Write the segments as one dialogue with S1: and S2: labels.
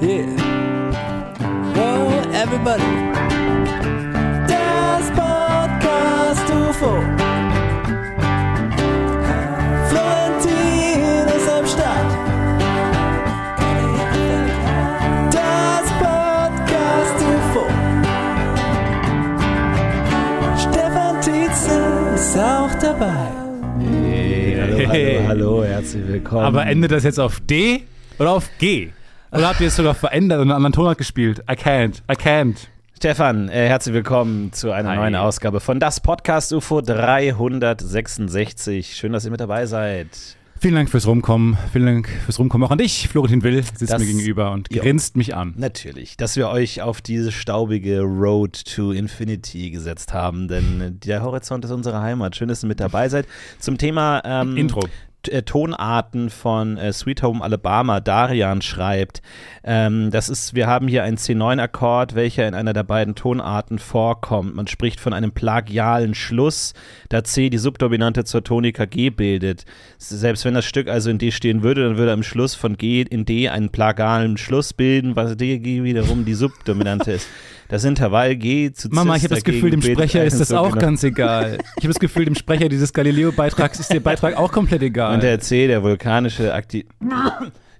S1: yeah. Whoa, everybody. Das Podcast UFO. Florentin ist am Start. Das Podcast UFO. Stefan Tietze ist auch dabei.
S2: Hallo, hallo, hallo, herzlich willkommen.
S3: Aber endet das jetzt auf D oder auf G? Oder habt ihr es sogar verändert und einen anderen Tonart gespielt? I can't, I can't.
S2: Stefan, äh, herzlich willkommen zu einer
S3: Hi.
S2: neuen Ausgabe von Das Podcast UFO 366. Schön, dass ihr mit dabei seid.
S3: Vielen Dank fürs Rumkommen. Vielen Dank fürs Rumkommen auch an dich. Florentin Will sitzt
S2: Das-
S3: mir gegenüber und
S2: Ja.
S3: grinst mich an.
S2: Natürlich, dass wir euch auf diese staubige Road to Infinity gesetzt haben, denn der Horizont ist unsere Heimat. Schön, dass ihr mit dabei seid. Zum Thema ähm,
S3: Intro.
S2: T- äh, Tonarten von äh, Sweet Home Alabama, Darian schreibt, ähm, das ist, wir haben hier einen C9-Akkord, welcher in einer der beiden Tonarten vorkommt. Man spricht von einem plagialen Schluss, da C die Subdominante zur Tonika G bildet. S- Selbst wenn das Stück also in D stehen würde, dann würde am Schluss von G in D einen plagalen Schluss bilden, was D G wiederum die Subdominante ist. Das Intervall G zu
S3: Mama,
S2: Cis
S3: ich habe das
S2: dagegen
S3: Gefühl, dem
S2: bildet
S3: Sprecher
S2: einen
S3: ist das auch
S2: sogenannten-
S3: ganz egal. Ich habe das Gefühl, dem Sprecher dieses Galileo-Beitrags ist der Beitrag auch komplett egal.
S2: Und der C, der vulkanische Akti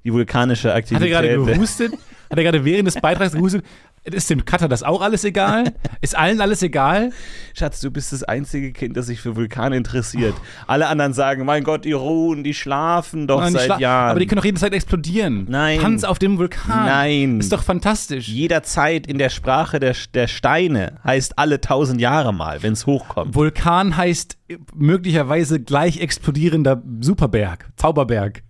S2: die vulkanische
S3: Hat er
S2: Aktivität.
S3: gerade gehustet? Hat er gerade während des Beitrags gehustet? Ist dem Cutter das auch alles egal? Ist allen alles egal?
S2: Schatz, du bist das einzige Kind, das sich für Vulkane interessiert. Alle anderen sagen, mein Gott, die ruhen, die schlafen doch
S3: Nein, die
S2: seit
S3: schla-
S2: Jahren.
S3: Aber die können doch jederzeit explodieren.
S2: Nein.
S3: Tanz auf dem Vulkan.
S2: Nein.
S3: Ist doch fantastisch.
S2: Jederzeit in der Sprache der, der Steine heißt alle tausend Jahre mal, wenn es hochkommt.
S3: Vulkan heißt möglicherweise gleich explodierender Superberg, Zauberberg.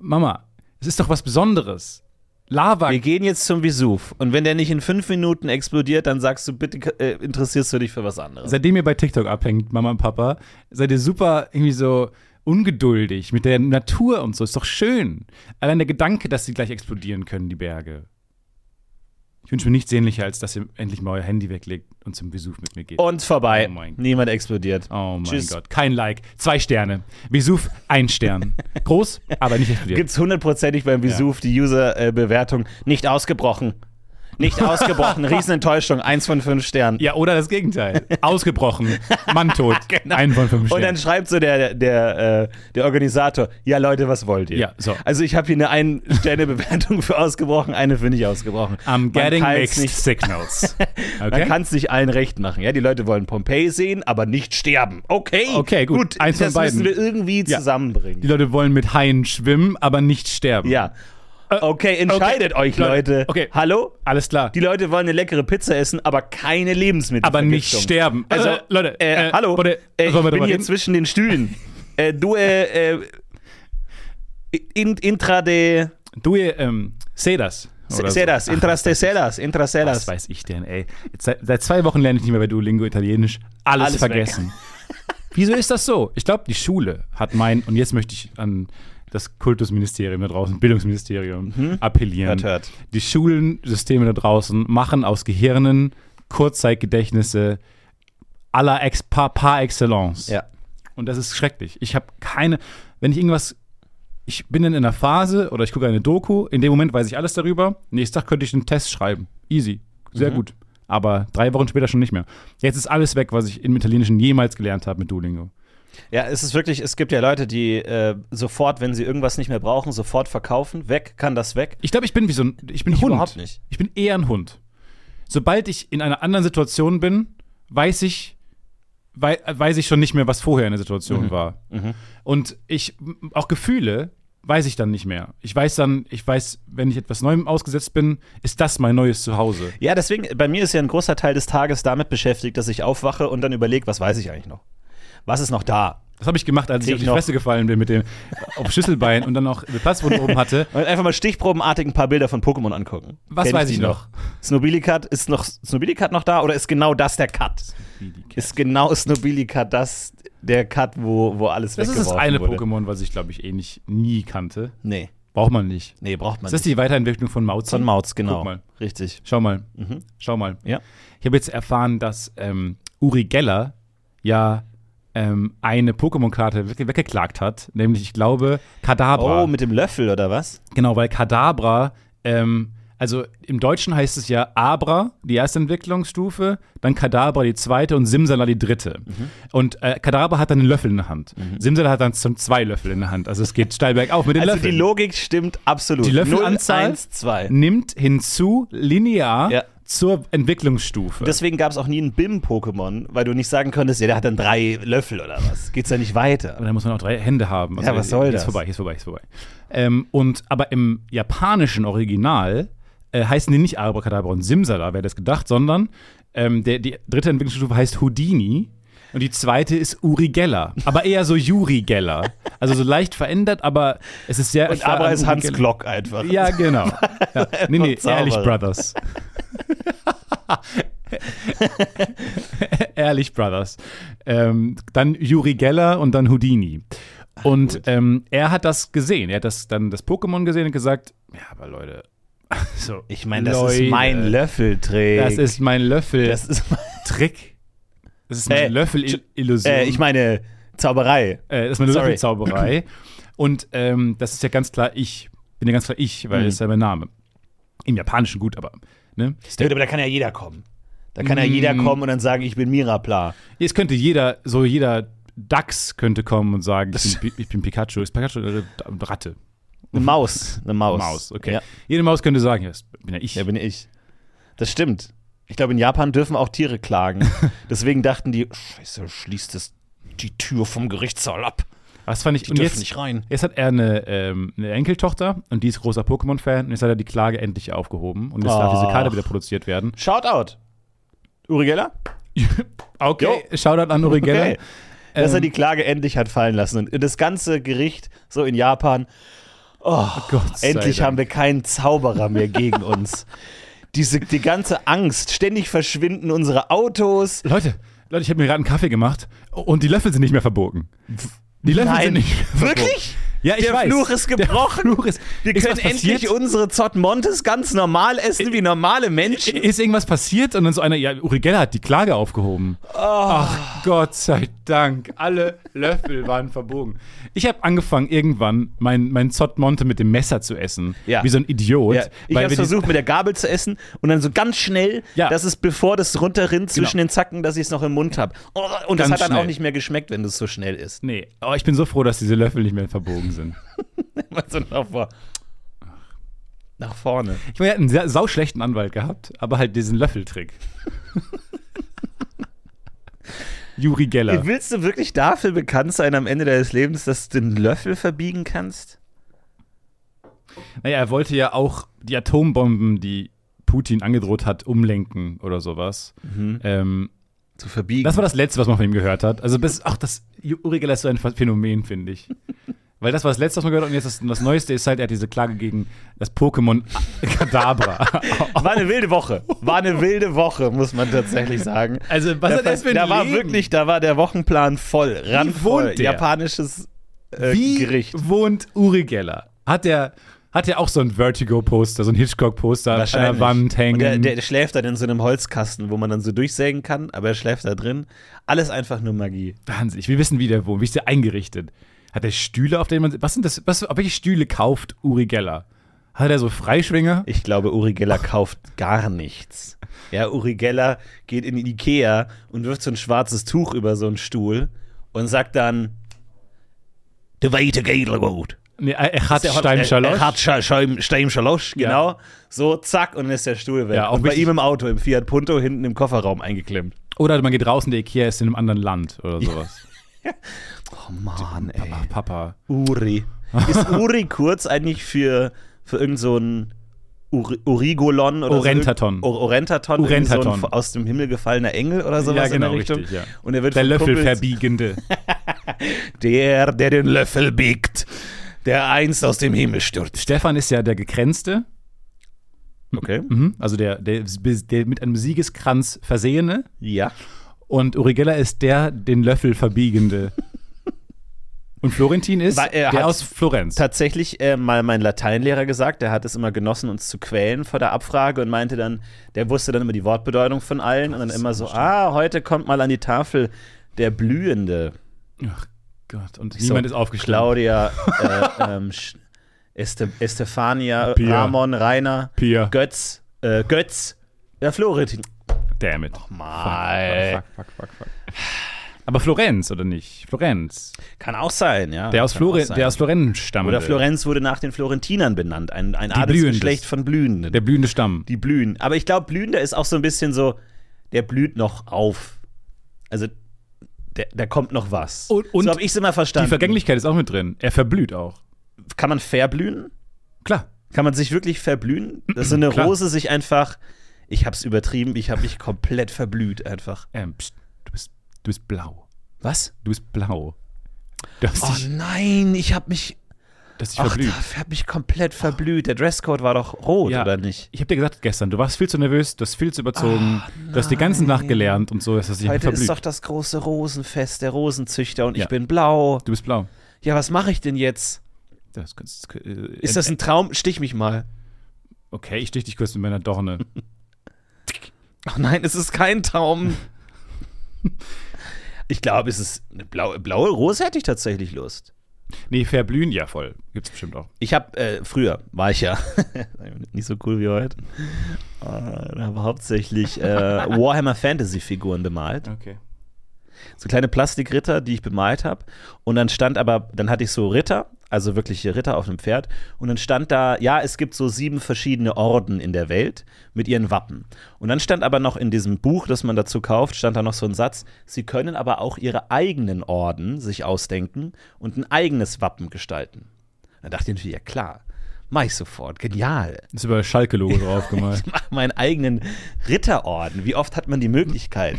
S3: Mama, es ist doch was Besonderes. Lava.
S2: Wir gehen jetzt zum Vesuv und wenn der nicht in fünf Minuten explodiert, dann sagst du, bitte äh, interessierst du dich für was anderes.
S3: Seitdem ihr bei TikTok abhängt, Mama und Papa, seid ihr super irgendwie so ungeduldig mit der Natur und so. Ist doch schön. Allein der Gedanke, dass sie gleich explodieren können, die Berge. Ich wünsche mir nichts sehnlicher, als dass ihr endlich mal euer Handy weglegt und zum Besuch mit mir geht.
S2: Und vorbei.
S3: Oh mein Gott.
S2: Niemand explodiert.
S3: Oh mein
S2: Tschüss.
S3: Gott, kein Like. Zwei Sterne. Vesuv, ein Stern. Groß, aber nicht explodiert.
S2: Gibt es hundertprozentig beim Vesuv die User-Bewertung nicht ausgebrochen. Nicht ausgebrochen. Riesenenttäuschung. Eins von fünf Sternen.
S3: Ja, oder das Gegenteil. Ausgebrochen, Mann tot, ein von fünf
S2: Genau. Und
S3: Sternen.
S2: dann schreibt so der, der, äh, der Organisator, ja Leute, was wollt ihr?
S3: Ja, so.
S2: Also ich habe hier eine Ein-Sterne-Bewertung für ausgebrochen, eine für nicht ausgebrochen.
S3: I'm getting
S2: man kann's
S3: mixed
S2: nicht,
S3: signals.
S2: Man
S3: Okay?
S2: kann es nicht allen recht machen. Ja, die Leute wollen Pompeii sehen, aber nicht sterben. Okay,
S3: Okay, gut. Eins von
S2: das
S3: beiden.
S2: müssen wir irgendwie
S3: Ja.
S2: zusammenbringen.
S3: Die Leute wollen mit Haien schwimmen, aber nicht sterben.
S2: Ja. Okay, entscheidet euch, Leute.
S3: Okay.
S2: Hallo?
S3: Alles klar.
S2: Die Leute wollen eine leckere Pizza essen, aber keine Lebensmittel.
S3: aber nicht sterben.
S2: Also,
S3: äh, Leute,
S2: äh, hallo,
S3: Leute,
S2: äh, ich
S3: sollen wir
S2: bin
S3: drüber
S2: hier
S3: reden?
S2: zwischen den Stühlen. äh, du, äh, äh, in, intrade,
S3: Du, ihr, ähm, seh das. oder so.
S2: sedas,
S3: Ach,
S2: intraste sedas, intraselas.
S3: Was weiß ich denn, ey. Jetzt seit, seit zwei Wochen lerne ich nicht mehr bei Duolingo Italienisch. Alles,
S2: Alles
S3: vergessen. Wieso ist das so? Ich glaube, die Schule hat mein, und jetzt möchte ich an das Kultusministerium da draußen, Bildungsministerium, appellieren.
S2: Mhm. Hört, hört.
S3: Die Schulensysteme da draußen machen aus Gehirnen Kurzzeitgedächtnisse aller ex, par, par excellence.
S2: Ja.
S3: Und das ist schrecklich. Ich habe keine, wenn ich irgendwas, ich bin dann in einer Phase oder ich gucke eine Doku, in dem Moment weiß ich alles darüber. Nächsten Tag könnte ich einen Test schreiben. Easy. Sehr gut. Aber drei Wochen später schon nicht mehr. Jetzt ist alles weg, was ich im Italienischen jemals gelernt habe mit Duolingo.
S2: Ja, es ist wirklich, es gibt ja Leute, die äh, sofort, wenn sie irgendwas nicht mehr brauchen, sofort verkaufen. Weg, kann das weg.
S3: Ich glaube, ich bin wie so ein, ich bin Hund.
S2: überhaupt nicht.
S3: Ich bin eher ein Hund. Sobald ich in einer anderen Situation bin, weiß ich, wei weiß ich schon nicht mehr, was vorher in der Situation
S2: Mhm.
S3: war. Und ich, m- auch Gefühle, weiß ich dann nicht mehr. Ich weiß dann, ich weiß, wenn ich etwas Neuem ausgesetzt bin, ist das mein neues Zuhause.
S2: Ja, deswegen, bei mir ist ja ein großer Teil des Tages damit beschäftigt, dass ich aufwache und dann überlege, was weiß ich eigentlich noch? Was ist noch da?
S3: Das habe ich gemacht, als ich
S2: Krieg
S3: auf
S2: ich
S3: die
S2: noch.
S3: Fresse gefallen bin mit dem, auf Schüsselbein und dann auch eine Platzwunde oben hatte.
S2: Und einfach mal stichprobenartig ein paar Bilder von Pokémon angucken.
S3: Was
S2: Kenn
S3: weiß
S2: die
S3: ich noch?
S2: Snobilicat, ist noch Snobilicat noch da oder ist genau das der Cut? Ist genau Snobilicat das der Cut, wo, wo alles
S3: Das ist das
S2: weggeworfen
S3: eine
S2: wurde?
S3: Pokémon, was ich, glaube ich, eh nicht, nie kannte.
S2: Nee,
S3: Braucht man nicht.
S2: nee, braucht man
S3: Ist das
S2: nicht.
S3: die Weiterentwicklung von Mauzi?
S2: Son Mautz, genau.
S3: Guck mal.
S2: Richtig.
S3: Schau mal. Schau mal.
S2: Mhm. Ja.
S3: Ich habe jetzt erfahren, dass ähm, Uri Geller ja ähm, eine Pokémon-Karte wegge- weggeklagt hat, nämlich ich glaube Kadabra.
S2: Oh, mit dem Löffel oder was?
S3: Genau, weil Kadabra, ähm, also im Deutschen heißt es ja Abra, die erste Entwicklungsstufe, dann Kadabra die zweite und Simsala die dritte.
S2: Mhm.
S3: Und äh, Kadabra hat dann einen Löffel in der Hand. Simsala hat dann zum zwei Löffel in der Hand. Also es geht steil bergauf mit den
S2: Also
S3: Löffeln.
S2: die Logik stimmt absolut.
S3: Die Löffelanzahl?
S2: 0, 1, 2.
S3: Nimmt hinzu linear
S2: Ja.
S3: zur Entwicklungsstufe.
S2: Deswegen gab es auch nie ein BIM-Pokémon, weil du nicht sagen konntest, ja, der hat dann drei Löffel oder was. Geht's ja nicht weiter.
S3: Aber dann muss man auch drei Hände haben. Also
S2: Ja, was soll
S3: hier
S2: das?
S3: Ist vorbei, hier ist vorbei, hier ist vorbei. Ähm, und, aber im japanischen Original äh, heißen die nicht Abracadabra und Simsala, wer das gedacht, sondern ähm, der, die dritte Entwicklungsstufe heißt Houdini und die zweite ist Urigella. Aber eher so Jurigella. Also so leicht verändert, aber es ist sehr.
S2: Und aber ist Hans
S3: Urigella.
S2: Glock einfach.
S3: Ja, genau. Ja. Nee, nee,
S2: Zauberer.
S3: Ehrlich Brothers. Ehrlich Brothers. Ähm, dann Yuri Geller und dann Houdini. Und ähm, er hat das gesehen. Er hat das, dann das Pokémon gesehen und gesagt: Ja, aber Leute. So,
S2: Ich meine, das
S3: Leute,
S2: ist mein Löffeltrick.
S3: Das ist mein
S2: Das
S3: Löffel-Trick.
S2: ist
S3: Das ist meine
S2: Äh,
S3: Löffel-Illusion.
S2: äh, ich meine, Zauberei.
S3: Äh, das ist meine
S2: Sorry.
S3: Löffelzauberei. Und ähm, das ist ja ganz klar ich. Bin ja ganz klar ich, weil
S2: Mhm.
S3: das ist ja mein Name. Im Japanischen gut, aber. Ne?
S2: Ja, gut, aber da kann ja jeder kommen. Da kann ja
S3: Mm.
S2: jeder kommen und dann sagen, ich bin Mirapla.
S3: Jetzt Äh, könnte jeder, so jeder Dachs könnte kommen und sagen, ich bin, Pi- ich bin Pikachu. Ist Pikachu eine Ratte?
S2: Eine Maus. Eine Maus.
S3: Maus, okay.
S2: Ja,
S3: Jede Maus könnte sagen, ja, das bin ja ich.
S2: ja bin ich. Das stimmt. Ich glaube, in Japan dürfen auch Tiere klagen. Deswegen dachten die, scheiße, schließt das die Tür vom Gerichtssaal ab.
S3: Was fand ich,
S2: Die
S3: und
S2: dürfen
S3: jetzt,
S2: nicht rein.
S3: jetzt hat er eine, ähm, eine Enkeltochter und die ist großer Pokémon-Fan und jetzt hat er die Klage endlich aufgehoben und jetzt darf diese Karte
S2: Ach.
S3: wieder produziert werden.
S2: Shoutout. Urigella?
S3: Okay, Shoutout an Origella.
S2: Okay. Dass er
S3: Ähm,
S2: die Klage endlich hat fallen lassen. Und das ganze Gericht so in Japan, Oh.
S3: Gott sei
S2: endlich
S3: Dank.
S2: haben wir keinen Zauberer mehr gegen uns. Diese, die ganze Angst, ständig verschwinden unsere Autos.
S3: Leute, Leute, ich habe mir gerade einen Kaffee gemacht und die Löffel sind nicht mehr verbogen. Die Löffel sind
S2: Nein,
S3: nicht mehr verbogen.
S2: wirklich?
S3: Ja, ich
S2: Der
S3: weiß.
S2: Fluch ist gebrochen.
S3: Der Fluch ist,
S2: Wir
S3: ist
S2: können
S3: was passiert?
S2: endlich unsere Zott Montes ganz normal essen wie normale Menschen.
S3: Ist irgendwas passiert? Und dann so einer, ja, Urigella hat die Klage aufgehoben.
S2: Ah.
S3: Ach Gott sei Dank, alle Löffel waren verbogen. Ich habe angefangen, irgendwann mein, mein Zott Monte mit dem Messer zu essen.
S2: Ja.
S3: Wie so ein Idiot.
S2: Ja, ich
S3: weil
S2: habe
S3: wir die-
S2: versucht, mit der Gabel zu essen und dann so ganz schnell,
S3: Ja. Genau.
S2: dass es bevor das runterrinnt zwischen den Zacken, dass ich es noch im Mund habe. Oh, und das
S3: Ganz
S2: hat dann auch
S3: schnell.
S2: nicht mehr geschmeckt, wenn du es so schnell isst.
S3: Nee, oh, ich bin so froh, dass diese Löffel nicht mehr verbogen sind.
S2: Immer so nach, Also vor nach vorne.
S3: Ich meine, er hat einen sehr, sauschlechten Anwalt gehabt, aber halt diesen Löffeltrick. Juri Geller.
S2: Willst du wirklich dafür bekannt sein am Ende deines Lebens, dass du den Löffel verbiegen kannst?
S3: Naja, er wollte ja auch die Atombomben, die Putin angedroht hat, umlenken oder sowas. Ähm,
S2: Zu verbiegen.
S3: das war das Letzte, was man von ihm gehört hat. Also, bis, ach, das Juri Geller ist so ein Phänomen, finde ich. Weil das war das Letzte, was man gehört hat. Und jetzt das, das Neueste ist halt, er hat diese Klage gegen das Pokémon Kadabra.
S2: war eine wilde Woche. War eine wilde Woche, muss man tatsächlich sagen.
S3: also, was
S2: da
S3: hat er jetzt für ein
S2: da war
S3: Leben?
S2: wirklich, da war der Wochenplan voll, randvoll.
S3: wohnt der?
S2: Japanisches äh,
S3: Wie
S2: Gericht.
S3: wohnt Uri Geller? Hat er hat er auch so ein Vertigo-Poster, so ein Hitchcock-Poster an der Wand hängen?
S2: Und der, der, der schläft dann in so einem Holzkasten, wo man dann so durchsägen kann, aber er schläft da drin. Alles einfach nur Magie.
S3: Wahnsinn, ich will wissen, wie der wohnt. Wie ist der eingerichtet? Hat er Stühle, auf denen man. Was sind das? Was, auf welche Stühle kauft Uri Geller? Hat er so Freischwinger?
S2: Ich glaube, Uri Geller kauft gar nichts. Ja, Uri Geller geht in die Ikea und wirft so ein schwarzes Tuch über so einen Stuhl und sagt dann, der weite Gedelgut.
S3: Nee, er er hat
S2: Er
S3: Steinschalosch.
S2: hat Scha- Scheim- Steinschalosch, genau. So, zack, und dann ist der Stuhl weg.
S3: Ja, auch
S2: und bei
S3: wichtig-
S2: ihm im Auto, im Fiat Punto, hinten im Kofferraum eingeklemmt.
S3: Oder man geht raus und der Ikea ist in einem anderen Land oder sowas.
S2: Oh Mann, ey.
S3: Ach, Papa.
S2: Uri. Ist Uri kurz eigentlich für, für irgend so ein Uri, Urigolon oder
S3: Orentaton.
S2: So, Or- Orentaton. irgendwie So ein
S3: Orentaton.
S2: von- aus dem Himmel gefallener Engel oder sowas
S3: Ja,
S2: in
S3: genau,
S2: der Richtung.
S3: richtig, ja.
S2: Und er wird
S3: Der
S2: von Kumpels-
S3: Löffelverbiegende.
S2: Der, der den Löffel biegt, der einst aus dem Himmel stürzt.
S3: Stefan ist ja der Gekränzte.
S2: Okay.
S3: Mhm. Also der, der, der mit einem Siegeskranz versehene.
S2: Ja.
S3: Und Urigella ist der den Löffel verbiegende. Und Florentin ist
S2: Weil er hat-
S3: der aus Florenz.
S2: Tatsächlich äh, mal mein Lateinlehrer gesagt, der hat es immer genossen, uns zu quälen vor der Abfrage und meinte dann, der wusste dann immer die Wortbedeutung von allen und dann immer so, ah, heute kommt mal an die Tafel der Blühende.
S3: Ach Gott, und niemand ist aufgeschlagen.
S2: Claudia, äh, ähm, Sch- Este Estefania,
S3: Pia.
S2: Ramon, Rainer,
S3: Pia.
S2: Götz, äh, Götz, ja, Florentin.
S3: Damn it.
S2: Mal.
S3: Fuck, fuck, fuck, fuck. Aber Florenz, oder nicht? Florenz.
S2: Kann auch sein, ja.
S3: Der aus,
S2: Kann auch
S3: Flore
S2: sein.
S3: der aus Florenz stammt.
S2: Oder Florenz wurde nach den Florentinern benannt, ein, ein
S3: Die
S2: Adelsgeschlecht
S3: Blühendes.
S2: von Blühenden.
S3: Der blühende Stamm.
S2: die blühen. Aber ich glaube, blühender ist auch so ein bisschen so, der blüht noch auf. Also, der, da kommt noch was.
S3: Und- und
S2: so habe ich es immer
S3: Die
S2: verstanden.
S3: Vergänglichkeit ist auch mit drin. Er verblüht auch.
S2: Kann man verblühen?
S3: Klar.
S2: Kann man sich wirklich verblühen? Dass so eine
S3: Klar.
S2: Rose sich einfach, ich habe es übertrieben, ich habe mich komplett verblüht einfach.
S3: Ähm, pst, du, bist, du bist blau.
S2: Was?
S3: Du bist blau. Du hast
S2: Oh
S3: dich,
S2: nein, ich habe mich,
S3: du hast dich
S2: ach,
S3: verblüht.
S2: ich hab mich komplett verblüht. Der Dresscode war doch rot,
S3: Ja.
S2: oder nicht? Ah,
S3: Ich habe dir gesagt gestern, du warst viel zu nervös, du hast viel zu überzogen, du hast die ganze Nacht gelernt und so, dass hast dich
S2: Heute
S3: verblüht.
S2: ist doch das große Rosenfest der Rosenzüchter und
S3: Ja.
S2: ich bin blau.
S3: du bist blau.
S2: Ja, was mache ich denn jetzt?
S3: Das, das, das, äh,
S2: Ist das ein Traum? Stich mich mal.
S3: Okay, ich stich dich kurz mit meiner Dorne.
S2: Ach nein, es ist kein Traum. Ich glaube, es ist eine blaue, blaue Rose hätte ich tatsächlich Lust.
S3: Nee, verblühen, ja voll. Gibt's bestimmt auch.
S2: Ich habe äh, früher war ich ja nicht so cool wie heute. Äh, habe hauptsächlich äh, Warhammer Fantasy Figuren bemalt,
S3: Okay.
S2: so kleine Plastikritter, die ich bemalt habe. Und dann stand aber, dann hatte ich so Ritter, also wirkliche Ritter auf einem Pferd. Und dann stand da, ja, es gibt so sieben verschiedene Orden in der Welt mit ihren Wappen. Und dann stand aber noch in diesem Buch, das man dazu kauft, stand da noch so ein Satz: Sie können aber auch ihre eigenen Orden sich ausdenken und ein eigenes Wappen gestalten. Dann dachte ich natürlich, ja klar, mach ich sofort, genial.
S3: Ist über Schalke-Logo drauf gemalt.
S2: Ich mache meinen eigenen Ritterorden. Wie oft hat man die Möglichkeit?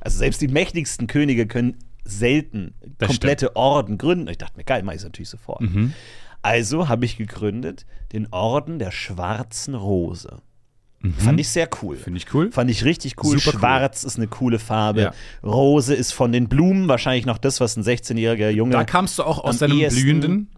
S2: Also selbst die mächtigsten Könige können selten
S3: Das Mhm.
S2: komplette Orden gründen. Ich dachte mir, geil, mache ich natürlich sofort. Also habe ich gegründet den Orden der Schwarzen Rose. Fand ich sehr cool.
S3: Mhm. Finde ich cool.
S2: Fand ich richtig cool.
S3: Super cool.
S2: Schwarz ist eine coole Farbe.
S3: Ja.
S2: Rose ist von den Blumen wahrscheinlich noch das, was ein 16-jähriger Junge
S3: Da kamst du auch aus
S2: Am
S3: deinem
S2: ehesten-
S3: blühenden.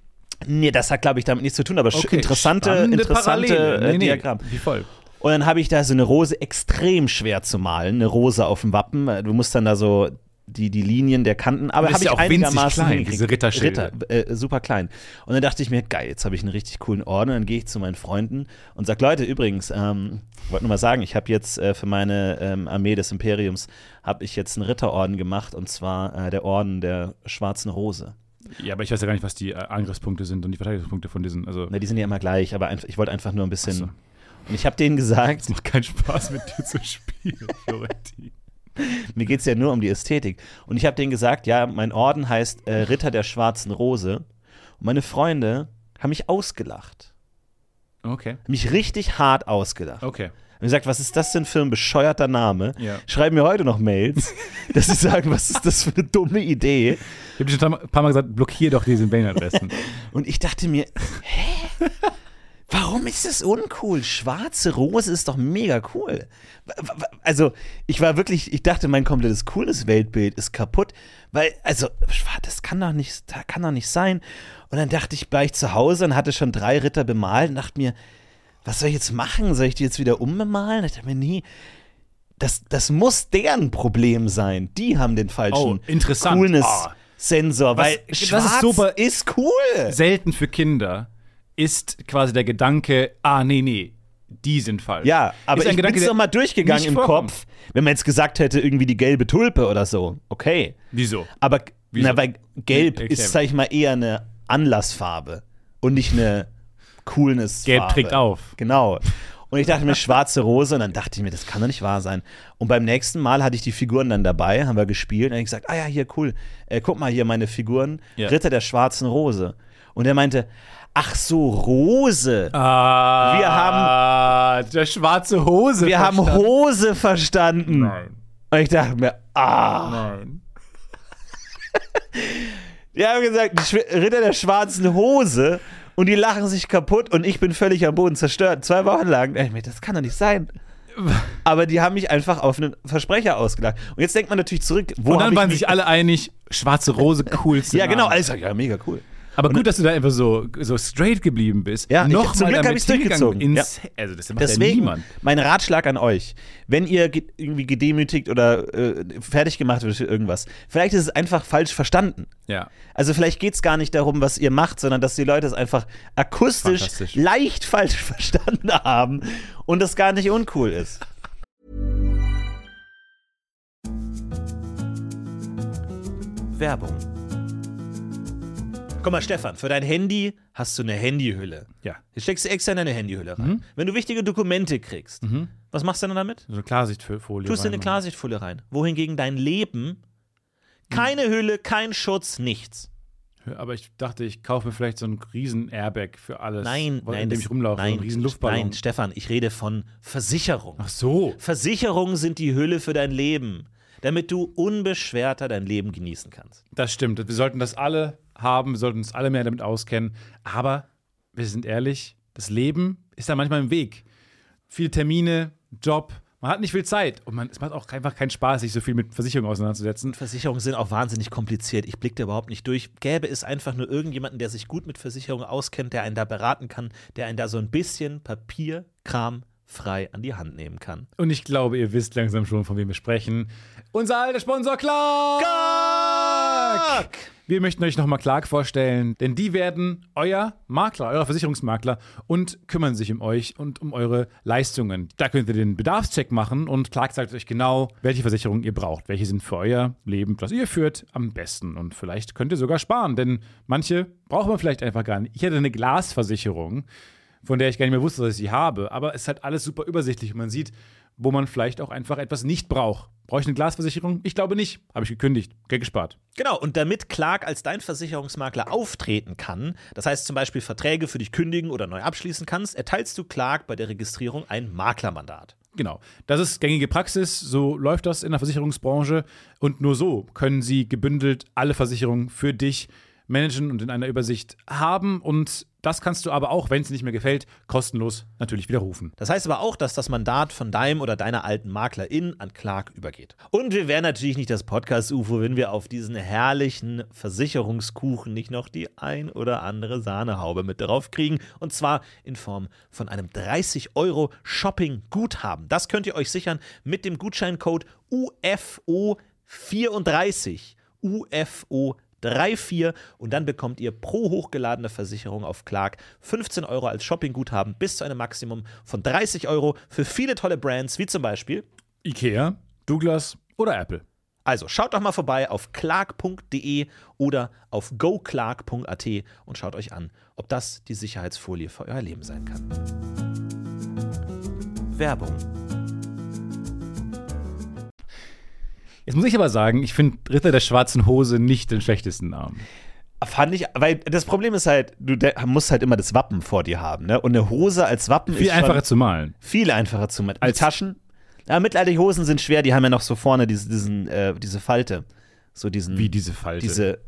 S2: Nee, das hat, glaube ich, damit nichts zu tun, aber sch-
S3: Okay,
S2: interessante,
S3: spannende
S2: interessante
S3: Parallele.
S2: äh, Diagramm.
S3: Wie voll.
S2: Und dann habe ich da so eine Rose extrem schwer zu malen, eine Rose auf dem Wappen. Äh, Du musst dann da so die, die Linien der Kanten, aber
S3: Und ist
S2: habe ich
S3: ja auch winzig
S2: einigermaßen
S3: klein,
S2: hingekriegt.
S3: diese Ritterschilde.
S2: Ritter, äh, super klein. Und dann dachte ich mir, geil, jetzt habe ich einen richtig coolen Orden. Und dann gehe ich zu meinen Freunden und sage, Leute, übrigens, ähm, wollte nur mal sagen, ich habe jetzt äh, für meine ähm, Armee des Imperiums habe ich jetzt einen Ritterorden gemacht und zwar äh, der Orden der Schwarzen Rose.
S3: Ja, aber ich weiß ja gar nicht, was die äh, Angriffspunkte sind und die Verteidigungspunkte von diesen. Also,
S2: Na, die sind ja immer gleich, aber einfach, ich wollte einfach nur ein bisschen.
S3: Ach so.
S2: Und ich habe denen gesagt,
S3: es macht keinen Spaß, mit dir zu spielen, Florentin.
S2: Mir geht es ja nur um die Ästhetik. Und ich habe denen gesagt, ja, mein Orden heißt äh, Ritter der schwarzen Rose. Und meine Freunde haben mich ausgelacht.
S3: Okay.
S2: Haben mich richtig hart ausgelacht.
S3: Okay.
S2: Haben gesagt, was ist das denn für ein bescheuerter Name?
S3: Oh. Ja.
S2: Schreiben mir heute noch Mails, dass sie sagen, was ist das für eine dumme Idee?
S3: Ich habe dir schon ein paar Mal gesagt, blockier doch diese Mailadressen.
S2: Und ich dachte mir, hä? Warum ist das uncool? Schwarze Rose ist doch mega cool. W- w- Also, ich war wirklich, ich dachte, mein komplettes cooles Weltbild ist kaputt, weil, also, schwa- das kann doch nicht, das kann doch nicht sein. Und dann dachte ich, war ich zu Hause und hatte schon drei Ritter bemalt und dachte mir, was soll ich jetzt machen? Soll ich die jetzt wieder umbemalen? Ich dachte mir, nee, das, das muss deren Problem sein. Die haben den falschen
S3: Oh, interessant. Ah.
S2: Coolness-Sensor,
S3: Was-
S2: weil
S3: das ist
S2: schwarz
S3: super-
S2: ist cool.
S3: Selten für Kinder ist quasi der Gedanke, ah, nee, nee, die sind falsch.
S2: Ja, aber
S3: ist ein
S2: ich
S3: Gedanke,
S2: bin es
S3: der
S2: nochmal durchgegangen
S3: nicht
S2: im
S3: vorkommt.
S2: Kopf, wenn man jetzt gesagt hätte, irgendwie die gelbe Tulpe oder so. Okay.
S3: Wieso?
S2: Aber
S3: Wieso?
S2: na, weil gelb
S3: Nee,
S2: ist,
S3: erklär
S2: sag ich mal, eher eine Anlassfarbe und nicht eine coolness
S3: Gelb trägt auf.
S2: Genau. Und ich dachte mir, schwarze Rose. Und dann dachte ich mir, das kann doch nicht wahr sein. Und beim nächsten Mal hatte ich die Figuren dann dabei, haben wir gespielt. Und dann hab ich gesagt, ah ja, hier, cool. Äh, guck mal hier, meine Figuren.
S3: Ja.
S2: Ritter der schwarzen Rose. Und er meinte, ach so, Rose.
S3: Ah,
S2: Wir
S3: haben der schwarze Hose.
S2: Wir haben
S3: verstanden.
S2: Hose verstanden.
S3: Nein,
S2: Und ich dachte mir, ah.
S3: nein.
S2: Die haben gesagt, die Schw- Ritter der schwarzen Hose und die lachen sich kaputt und ich bin völlig am Boden zerstört. Zwei Wochen lang. Da dachte ich mir, Das kann doch nicht sein. Aber die haben mich einfach auf einen Versprecher ausgelacht. Und jetzt denkt man natürlich zurück, wo
S3: Und
S2: hab
S3: dann
S2: ich
S3: waren
S2: mich
S3: sich alle einig, schwarze Rose coolste.
S2: Ja, genau.
S3: Name.
S2: Alles ja, mega cool.
S3: Aber
S2: Und-
S3: gut, dass du da einfach so, so straight geblieben bist.
S2: Ja, ich-
S3: Noch
S2: zum
S3: mal
S2: Glück hab
S3: damit
S2: ich's
S3: hingegangen.
S2: durchgezogen.
S3: Ins- Also, das macht ja
S2: Deswegen,
S3: niemand.
S2: mein Ratschlag an euch, wenn ihr ge irgendwie gedemütigt oder äh, fertig gemacht wird für irgendwas, vielleicht ist es einfach falsch verstanden.
S3: Ja.
S2: Also vielleicht geht es gar nicht darum, was ihr macht, sondern dass die Leute es einfach akustisch
S3: Fantastisch.
S2: leicht falsch verstanden haben und das gar nicht uncool ist. Werbung. Guck mal, Stefan, für dein Handy hast du eine Handyhülle.
S3: Ja. Mhm.
S2: Du steckst sie extra in deine Handyhülle rein. Wenn du wichtige Dokumente kriegst, was machst du denn damit?
S3: So eine
S2: Tust
S3: Klarsichtfolie.
S2: du in eine
S3: reinmachen.
S2: Klarsichtfolie rein. Wohingegen dein Leben keine Hülle, kein Schutz, nichts.
S3: Aber ich dachte, ich kaufe mir vielleicht so einen riesen Airbag für alles.
S2: Nein,
S3: wo-
S2: nein,
S3: In dem
S2: das-
S3: ich rumlaufe. so
S2: nein,
S3: einen riesen Luftballon.
S2: Nein, Stefan, ich rede von Versicherung.
S3: Ach so.
S2: Versicherungen sind die Hülle für dein Leben, damit du unbeschwerter dein Leben genießen kannst.
S3: Das stimmt. Wir sollten das alle haben, wir sollten uns alle mehr damit auskennen. Aber wir sind ehrlich, das Leben ist da manchmal im Weg. Viele Termine, Job, man hat nicht viel Zeit. Und man, es macht auch einfach keinen Spaß, sich so viel mit Versicherungen auseinanderzusetzen.
S2: Versicherungen sind auch wahnsinnig kompliziert. Ich blicke da überhaupt nicht durch. Gäbe es einfach nur irgendjemanden, der sich gut mit Versicherungen auskennt, der einen da beraten kann, der einen da so ein bisschen Papierkram frei an die Hand nehmen kann.
S3: Und ich glaube, ihr wisst langsam schon, von wem wir sprechen. Unser alter Sponsor Clark!
S2: Clark!
S3: Wir möchten euch nochmal Clark vorstellen, denn die werden euer Makler, euer Versicherungsmakler und kümmern sich um euch und um eure Leistungen. Da könnt ihr den Bedarfscheck machen und Clark sagt euch genau, welche Versicherungen ihr braucht, welche sind für euer Leben, was ihr führt, am besten. Und vielleicht könnt ihr sogar sparen, denn manche braucht man vielleicht einfach gar nicht. Ich hatte eine Glasversicherung von der ich gar nicht mehr wusste, dass ich sie habe. Aber es ist halt alles super übersichtlich und man sieht, wo man vielleicht auch einfach etwas nicht braucht. Brauche ich eine Glasversicherung? Ich glaube nicht. Habe ich gekündigt. Geld gespart.
S2: Genau, und damit Clark als dein Versicherungsmakler auftreten kann, das heißt zum Beispiel Verträge für dich kündigen oder neu abschließen kannst, erteilst du Clark bei der Registrierung ein Maklermandat.
S3: Genau. Das ist gängige Praxis. So läuft das in der Versicherungsbranche. Und nur so können sie gebündelt alle Versicherungen für dich managen und in einer Übersicht haben. Und das kannst du aber auch, wenn es nicht mehr gefällt, kostenlos natürlich widerrufen.
S2: Das heißt aber auch, dass das Mandat von deinem oder deiner alten Maklerin an Clark übergeht. Und wir wären natürlich nicht das Podcast-UFO, wenn wir auf diesen herrlichen Versicherungskuchen nicht noch die ein oder andere Sahnehaube mit drauf kriegen. Und zwar in Form von einem 30-Euro-Shopping-Guthaben. Das könnt ihr euch sichern mit dem Gutscheincode UFO34. UFO 34 und dann bekommt ihr pro hochgeladene Versicherung auf Clark 15 Euro als Shoppingguthaben bis zu einem Maximum von 30 Euro für viele tolle Brands, wie zum Beispiel.
S3: Ikea, Douglas oder Apple.
S2: Also schaut doch mal vorbei auf clark.de oder auf goclark.at und schaut euch an, ob das die Sicherheitsfolie für euer Leben sein kann. Werbung.
S3: Jetzt muss ich aber sagen, ich finde Ritter der schwarzen Hose nicht den schlechtesten Namen.
S2: Fand ich, weil das Problem ist halt, du de- musst halt immer das Wappen vor dir haben, ne? Und eine Hose als Wappen
S3: Viel
S2: ist schon,
S3: einfacher zu malen.
S2: Viel einfacher zu mit. Als Taschen? Ja, mittelalterliche Hosen sind schwer, die haben ja noch so vorne diese, diesen, äh, diese Falte. So diesen.
S3: Wie diese Falte.
S2: Diese,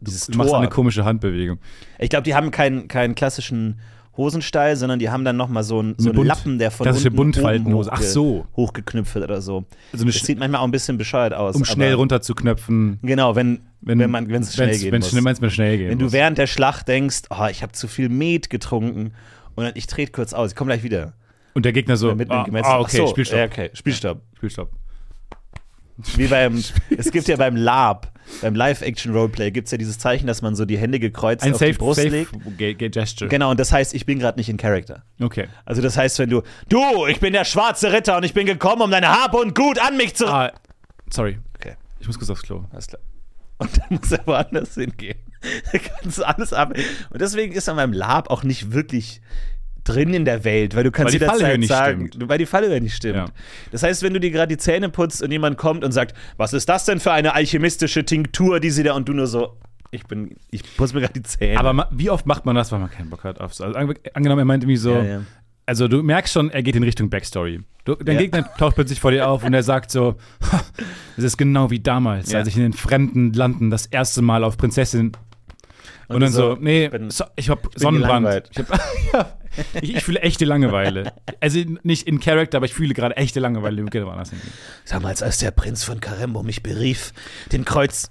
S2: dieses
S3: du machst
S2: Tor.
S3: eine komische Handbewegung.
S2: ich glaube, die haben keinen, keinen klassischen Hosenstall, sondern die haben dann nochmal so einen, so einen
S3: Bunt-
S2: Lappen, der von
S3: klassische
S2: unten oben
S3: Buntfaltenhose. Ach
S2: hochge-
S3: so.
S2: hochgeknüpft wird oder so.
S3: Also eine
S2: das
S3: Sch-
S2: sieht manchmal auch ein bisschen bescheuert aus.
S3: Um schnell
S2: aber-
S3: runterzuknöpfen.
S2: Genau, wenn, wenn, man, wenn es schnell
S3: wenn's-
S2: geht.
S3: wenn's schnell- wenn's mal schnell gehen
S2: Wenn du
S3: muss.
S2: während der Schlacht denkst, oh, ich habe zu viel Met getrunken und dann, ich trete kurz aus, ich komme gleich wieder.
S3: Und der Gegner so,
S2: Mit einem
S3: ah,
S2: Gemetzel.
S3: ah, okay,
S2: Ach so,
S3: Spielstopp.
S2: Ja, okay, Spielstopp.
S3: Spielstopp.
S2: Wie beim, es gibt ja beim LARP, beim Live-Action-Roleplay, gibt es ja dieses Zeichen, dass man so die Hände gekreuzt
S3: Ein
S2: auf
S3: Safe,
S2: die Brust
S3: safe
S2: legt.
S3: Ge- Ge- Gesture.
S2: Genau, und das heißt, ich bin gerade nicht in Character.
S3: Okay.
S2: Also das heißt, wenn du, du, ich bin der schwarze Ritter und ich bin gekommen, um deine Harpe und Gut an mich zu...
S3: Ah, sorry.
S2: Okay,
S3: Ich muss kurz aufs Klo.
S2: alles klar. Und dann muss er woanders hingehen. Da kannst du alles ab. Und deswegen ist an meinem Lab auch nicht wirklich drin in der Welt, weil du kannst
S3: Weil die Fallhöhe
S2: jederzeit
S3: nicht
S2: sagen, weil die Fallhöhe nicht stimmt.
S3: Ja.
S2: Das heißt, wenn du dir gerade die Zähne putzt und jemand kommt und sagt, was ist das denn für eine alchemistische Tinktur, die sie da und du nur so, ich bin, ich putze mir gerade die Zähne.
S3: Aber ma- wie oft macht man das, wenn man keinen Bock hat? Aufs, also, ange- angenommen, er meint irgendwie so,
S2: Ja, ja.
S3: also du merkst schon, er geht in Richtung Backstory. Du, dein
S2: Ja.
S3: Gegner taucht plötzlich vor dir auf und er sagt so, es ist genau wie damals,
S2: Ja.
S3: als ich in den fremden Landen das erste Mal auf Prinzessin und, dann so, nee,
S2: bin-
S3: so, ich hab Sonnenbrand.
S2: gelangweilt.
S3: Ich, hab, ja, ich, ich fühle echte Langeweile. Also nicht in Character, aber ich fühle gerade echte Langeweile. Wir können aber anders hingehen.
S2: Damals, als der Prinz von Karembo mich berief, den Kreuz,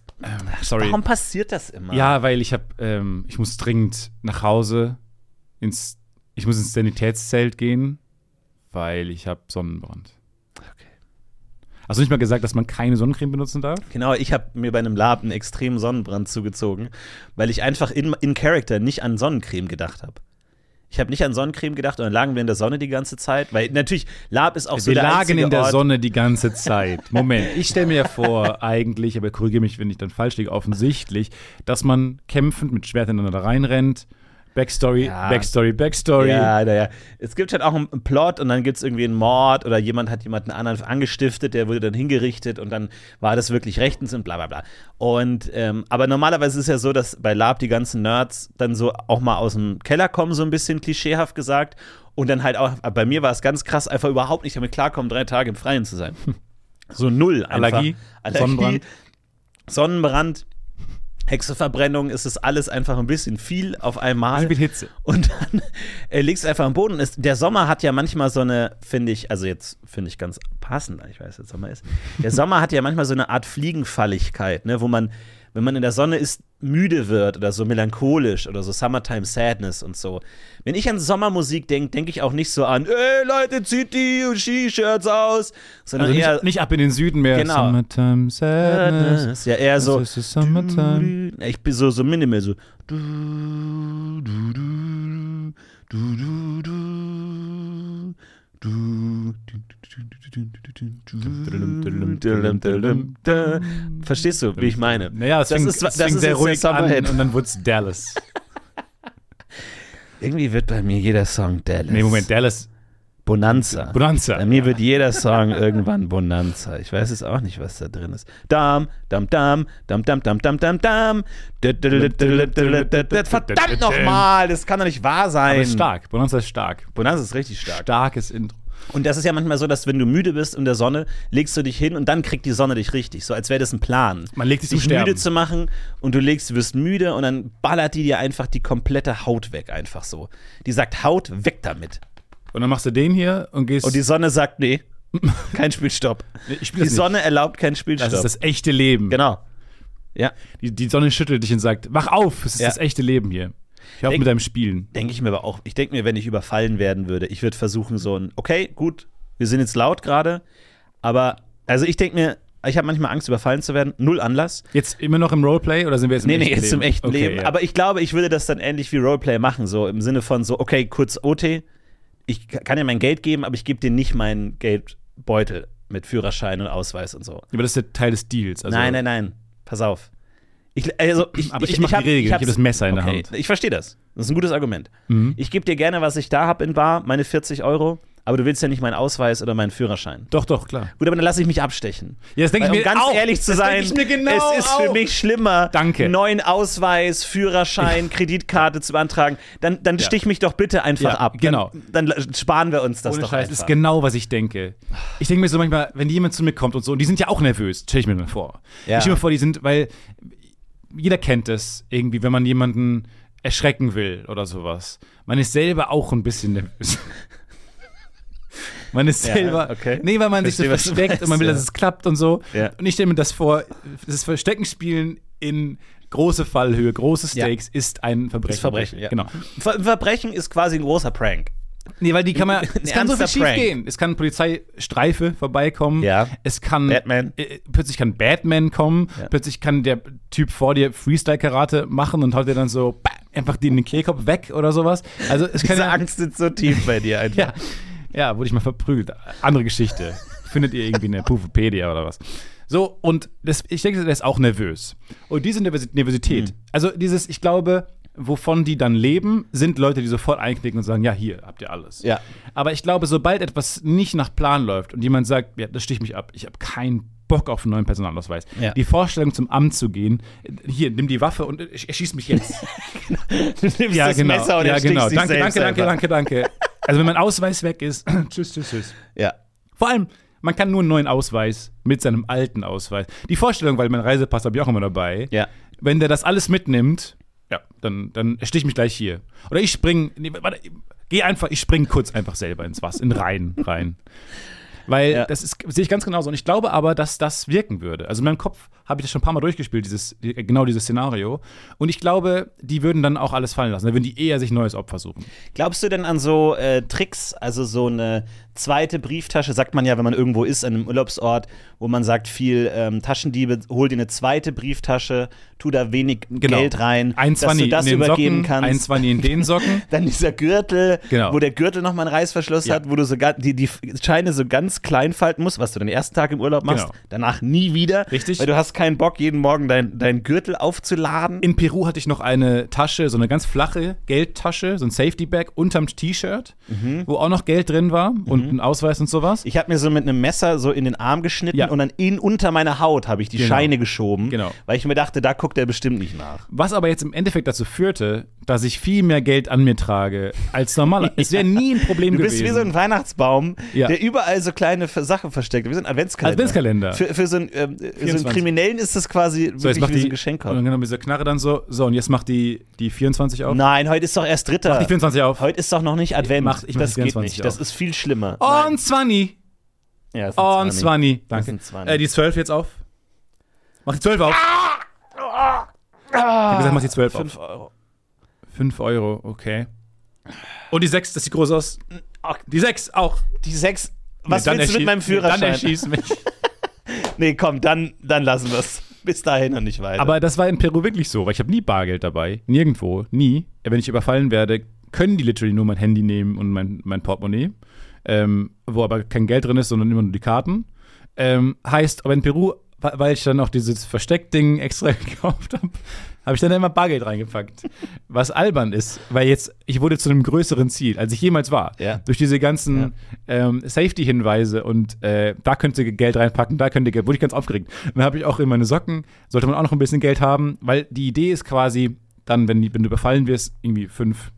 S3: Sorry.
S2: Warum passiert das immer?
S3: Ja, weil ich habe, ähm, ich muss dringend nach Hause ins, ich muss ins Sanitätszelt gehen, weil ich habe Sonnenbrand. Okay. Hast du nicht mal gesagt, dass man keine Sonnencreme benutzen darf?
S2: Genau, ich habe mir bei einem Laden einen extremen Sonnenbrand zugezogen, weil ich einfach in, in Character nicht an Sonnencreme gedacht habe. Ich habe nicht an Sonnencreme gedacht und dann lagen wir in der Sonne die ganze Zeit, weil natürlich Lab ist auch so
S3: Wir
S2: der
S3: lagen
S2: einzige
S3: in der
S2: Ort,
S3: Sonne die ganze Zeit. Moment, ich stelle mir ja vor, eigentlich, aber korrigiere mich, wenn ich dann falsch liege, offensichtlich, dass man kämpfend mit Schwert ineinander reinrennt. Backstory,
S2: Ja.
S3: Backstory, Backstory.
S2: Ja, naja. Es gibt halt auch einen Plot und dann gibt es irgendwie einen Mord oder jemand hat jemanden anderen angestiftet, der wurde dann hingerichtet und dann war das wirklich rechtens und bla bla bla. Und, ähm, aber normalerweise ist ja so, dass bei Lab die ganzen Nerds dann so auch mal aus dem Keller kommen, so ein bisschen klischeehaft gesagt. Und dann halt auch, bei mir war es ganz krass, einfach überhaupt nicht damit klarkommen, drei Tage im Freien zu sein. So null einfach.
S3: Allergie, Sonnenbrand.
S2: Sonnenbrand. Hexeverbrennung es ist es alles einfach ein bisschen viel auf einmal.
S3: Zu viel Hitze.
S2: Und dann äh, legst du einfach am Boden. Es, der Sommer hat ja manchmal so eine, finde ich, also jetzt finde ich ganz passend, ich weiß, jetzt Sommer ist. Der Sommer hat ja manchmal so eine Art Fliegenfalligkeit, ne, wo man, wenn man in der Sonne ist, müde wird oder so melancholisch oder so Summertime Sadness und so. Wenn ich an Sommermusik denke, denke ich auch nicht so an, ey Leute, zieht die und Ski-Shirts aus, sondern
S3: Also
S2: eher.
S3: nicht, nicht ab in den Süden mehr.
S2: Genau.
S3: Summertime Sadness.
S2: Sadness. Ja, eher so.
S3: This is the summertime.
S2: Ich bin so, so minimal, so. Du, du, du, du, du, du. Du, du, du, du, du, du, du. Verstehst du, wie ich meine?
S3: Naja, es
S2: Das
S3: fing,
S2: ist-
S3: es
S2: das
S3: fing
S2: ist
S3: sehr
S2: jetzt
S3: ruhig
S2: der
S3: an
S2: Summerhit.
S3: und dann wurde es Dallas.
S2: Irgendwie wird bei mir jeder Song Dallas.
S3: nee, Moment, Dallas.
S2: Bonanza.
S3: Bonanza.
S2: Bei mir wird jeder Song irgendwann Bonanza. Ich weiß es auch nicht, was da drin ist. Dam, dam, dam, dam, dam, dam, dam, dam, dam. Verdammt nochmal, das kann doch nicht wahr
S3: Aber
S2: sein.
S3: ist stark. Bonanza ist stark.
S2: Bonanza ist richtig stark.
S3: Starkes Intro.
S2: Und das ist ja manchmal so, dass wenn du müde bist in der Sonne, legst du dich hin und dann kriegt die Sonne dich richtig. So als wäre das ein Plan.
S3: Man legt sich zum
S2: dich müde
S3: Sterben.
S2: zu machen und du legst, du wirst müde und dann ballert die dir einfach die komplette Haut weg, einfach so. Die sagt Haut, weg damit.
S3: Und dann machst du den hier und gehst.
S2: Und Oh, die Sonne sagt, nee, kein Spielstopp.
S3: Nee, ich spiel
S2: Die
S3: das nicht.
S2: Sonne erlaubt keinen Spielstopp.
S3: Das ist das echte Leben.
S2: genau. Ja,
S3: Die, die Sonne schüttelt dich und sagt: Wach auf, es ist
S2: Ja.
S3: das echte Leben hier. Hör auf
S2: Denk-
S3: mit deinem Spielen.
S2: denke ich mir aber auch. Ich denke mir, wenn ich überfallen werden würde, ich würde versuchen, so ein, okay, gut, wir sind jetzt laut gerade, aber, also ich denke mir, ich habe manchmal Angst, überfallen zu werden. Null Anlass.
S3: Jetzt immer noch im Roleplay oder sind wir jetzt im
S2: Nee, nee,
S3: echten
S2: jetzt
S3: Leben?
S2: im echten
S3: okay,
S2: Leben.
S3: Ja.
S2: Aber ich glaube, ich würde das dann ähnlich wie Roleplay machen, so im Sinne von so, okay, kurz OT, ich kann dir mein Geld geben, aber ich gebe dir nicht meinen Geldbeutel mit Führerschein und Ausweis und so.
S3: Aber das ist der Teil des Deals. Also,
S2: nein, nein, nein. Pass auf. Ich, also, ich,
S3: Aber ich mach die Regeln. Ich
S2: hab's-
S3: hab das Messer in der Hand. Mhm.
S2: Ich verstehe das. Das ist ein gutes Argument. Ich gebe dir gerne, was ich da habe in Bar, meine 40 Euro, aber du willst ja nicht meinen Ausweis oder meinen Führerschein.
S3: Doch, doch, klar.
S2: Gut, aber dann lasse ich mich abstechen.
S3: Ja, das denk
S2: Weil,
S3: ich
S2: um
S3: mir
S2: ganz
S3: auch.
S2: ehrlich zu
S3: Das
S2: sein,
S3: denk ich mir genau
S2: es ist für
S3: auch.
S2: mich schlimmer,
S3: Danke.
S2: neuen Ausweis, Führerschein, Kreditkarte zu beantragen. Dann, dann
S3: Ja.
S2: stich mich doch bitte einfach
S3: Ja,
S2: ab.
S3: genau.
S2: Dann, dann sparen wir uns das
S3: Ohne
S2: doch
S3: Scheiß, das
S2: einfach.
S3: ist genau, was ich denke. Ich denke mir so manchmal, wenn jemand zu mir kommt und so, und die sind ja auch nervös, stell ich mir mal vor.
S2: Ja.
S3: Ich stelle mir vor, die sind, weil jeder kennt das irgendwie, wenn man jemanden erschrecken will oder sowas. Man ist selber auch ein bisschen nervös. Man ist
S2: Ja,
S3: selber.
S2: okay.
S3: Nee, weil man
S2: Verstehe,
S3: sich
S2: was du
S3: so versteckt
S2: meinst,
S3: und man will,
S2: ja.
S3: dass es klappt und so.
S2: Ja.
S3: Und ich stelle mir das vor, das Versteckenspielen in große Fallhöhe, große Stakes ist ein Verbrechen.
S2: Das Verbrechen, ja.
S3: Genau.
S2: Ver Verbrechen ist quasi ein großer Prank.
S3: Nee, weil die kann man. Es kann so viel
S2: ernster
S3: schief
S2: Prank.
S3: gehen. Es kann Polizeistreife vorbeikommen.
S2: Ja.
S3: Es kann.
S2: Batman.
S3: Äh, plötzlich kann Batman kommen.
S2: Ja.
S3: Plötzlich kann der Typ vor dir Freestyle-Karate machen und haut dir dann so bah, einfach den den Kehlkopf weg oder sowas. Also es kann
S2: Diese
S3: ja,
S2: Angst sitzt so tief bei dir einfach.
S3: ja. Ja, wurde ich mal verprügelt. Andere Geschichte. Findet ihr irgendwie in der Pufopedia oder was. So, und das, ich denke, der ist auch nervös. Und diese Nervös- Nervosität,
S2: Mhm.
S3: also dieses, ich glaube, wovon die dann leben, sind Leute, die sofort einknicken und sagen, ja, hier habt ihr alles.
S2: Ja.
S3: Aber ich glaube, sobald etwas nicht nach Plan läuft und jemand sagt, ja, das sticht mich ab, ich habe keinen Bock auf einen neuen Personalausweis.
S2: Ja.
S3: Die Vorstellung, zum Amt zu gehen, hier, nimm die Waffe und äh, erschieß mich jetzt.
S2: Du nimmst das Messer und
S3: ja,
S2: erstichst
S3: genau.
S2: dich
S3: Danke,
S2: selbst
S3: danke, danke,
S2: einfach.
S3: danke, danke. Also wenn mein Ausweis weg ist, tschüss, tschüss, tschüss.
S2: Ja.
S3: Vor allem, man kann nur einen neuen Ausweis mit seinem alten Ausweis. Die Vorstellung, weil mein Reisepass habe ich auch immer dabei.
S2: Ja.
S3: Wenn der das alles mitnimmt, ja, dann, dann stich ich mich gleich hier. Oder ich spring, nee, warte, geh einfach, ich spring kurz einfach selber ins Wasser, in Rhein rein. Weil
S2: Ja.
S3: das ist, sehe ich ganz genauso. Und ich glaube aber, dass das wirken würde. Also in meinem Kopf habe ich das schon ein paar Mal durchgespielt, dieses, äh, genau dieses Szenario. Und ich glaube, die würden dann auch alles fallen lassen. Da würden die eher sich ein neues Opfer suchen.
S2: Glaubst du denn an so äh, Tricks, also so eine zweite Brieftasche, sagt man ja, wenn man irgendwo ist, an einem Urlaubsort, wo man sagt, viel ähm, Taschendiebe, hol dir eine zweite Brieftasche, tu da wenig Geld rein,
S3: Genau. Ein
S2: dass
S3: Zwanni
S2: du das
S3: in den
S2: übergeben
S3: Socken,
S2: kannst.
S3: ein Zwanni in den Socken.
S2: dann dieser Gürtel,
S3: Genau.
S2: wo der Gürtel nochmal einen Reißverschluss
S3: Ja.
S2: hat, wo du so ga- die, die Scheine so ganz klein falten musst, was du den ersten Tag im Urlaub machst,
S3: Genau.
S2: danach nie wieder.
S3: Richtig.
S2: Weil du hast keinen Bock, jeden Morgen deinen dein Gürtel aufzuladen.
S3: In Peru hatte ich noch eine Tasche, so eine ganz flache Geldtasche, so ein Safety Bag unterm T-Shirt, wo auch noch Geld drin war und ein Ausweis und sowas.
S2: Mhm. Ich habe mir so mit einem Messer so in den Arm geschnitten
S3: Ja.
S2: und dann in unter meine Haut habe ich die
S3: Genau.
S2: Scheine geschoben,
S3: Genau.
S2: weil ich mir dachte, da guckt er bestimmt nicht nach.
S3: Was aber jetzt im Endeffekt dazu führte, dass ich viel mehr Geld an mir trage als normal. Es wäre nie ein Problem
S2: Du bist
S3: gewesen.
S2: wie so ein Weihnachtsbaum,
S3: Ja.
S2: der überall so kleine Ver- Sachen versteckt. Wir sind Adventskalender.
S3: Adventskalender.
S2: Für, für so, einen, ähm, so einen
S3: 24.
S2: Kriminellen ist das quasi
S3: so, jetzt
S2: wirklich
S3: macht
S2: wie so
S3: die
S2: ein Geschenkkorb.
S3: Und dann mit dieser Knarre dann so, so und jetzt macht die, die 24 auf.
S2: Nein, heute ist doch erst Dritter.
S3: Äh, Die 24 auf.
S2: Heute ist doch noch nicht Advent.
S3: mach- ich mach
S2: das
S3: die
S2: geht
S3: 24
S2: nicht. Das
S3: auf. Oh,
S2: ist viel schlimmer.
S3: Und 20.
S2: Nein. ja, es sind
S3: Und
S2: 20.
S3: 20.
S2: Das
S3: Danke.
S2: sind 20.
S3: Äh, die 12 jetzt auf. Mach die 12 auf. Ich hab gesagt, mach die 12 auf.
S2: Fünf Euro.
S3: 5 Euro, okay. Und die 6, das sieht groß aus.
S2: Ach,
S3: Die 6 auch.
S2: die sechs. Was
S3: Nee, dann
S2: willst du
S3: erschieß-
S2: mit meinem Führerschein?
S3: Dann erschieß mich.
S2: Nee, komm, dann, dann lassen wir es. Bis dahin und nicht weiter.
S3: Aber das war in Peru wirklich so, weil ich habe nie Bargeld dabei. Nirgendwo, nie. Wenn ich überfallen werde, können die literally nur mein Handy nehmen und mein, mein Portemonnaie, ähm, wo aber kein Geld drin ist, sondern immer nur die Karten. Ähm, heißt, aber in Peru, wa- weil ich dann auch dieses Versteckding extra gekauft habe, habe ich dann immer Bargeld reingepackt. was albern ist, weil jetzt, ich wurde zu einem größeren Ziel, als ich jemals war.
S2: Ja.
S3: Durch diese ganzen ähm, Safety-Hinweise und äh, da könnt ihr Geld reinpacken, da könnt ihr Geld, wurde ich ganz aufgeregt. Und dann habe ich auch in meine Socken, sollte man auch noch ein bisschen Geld haben, weil die Idee ist quasi, dann, wenn, die- wenn du überfallen wirst, irgendwie fünf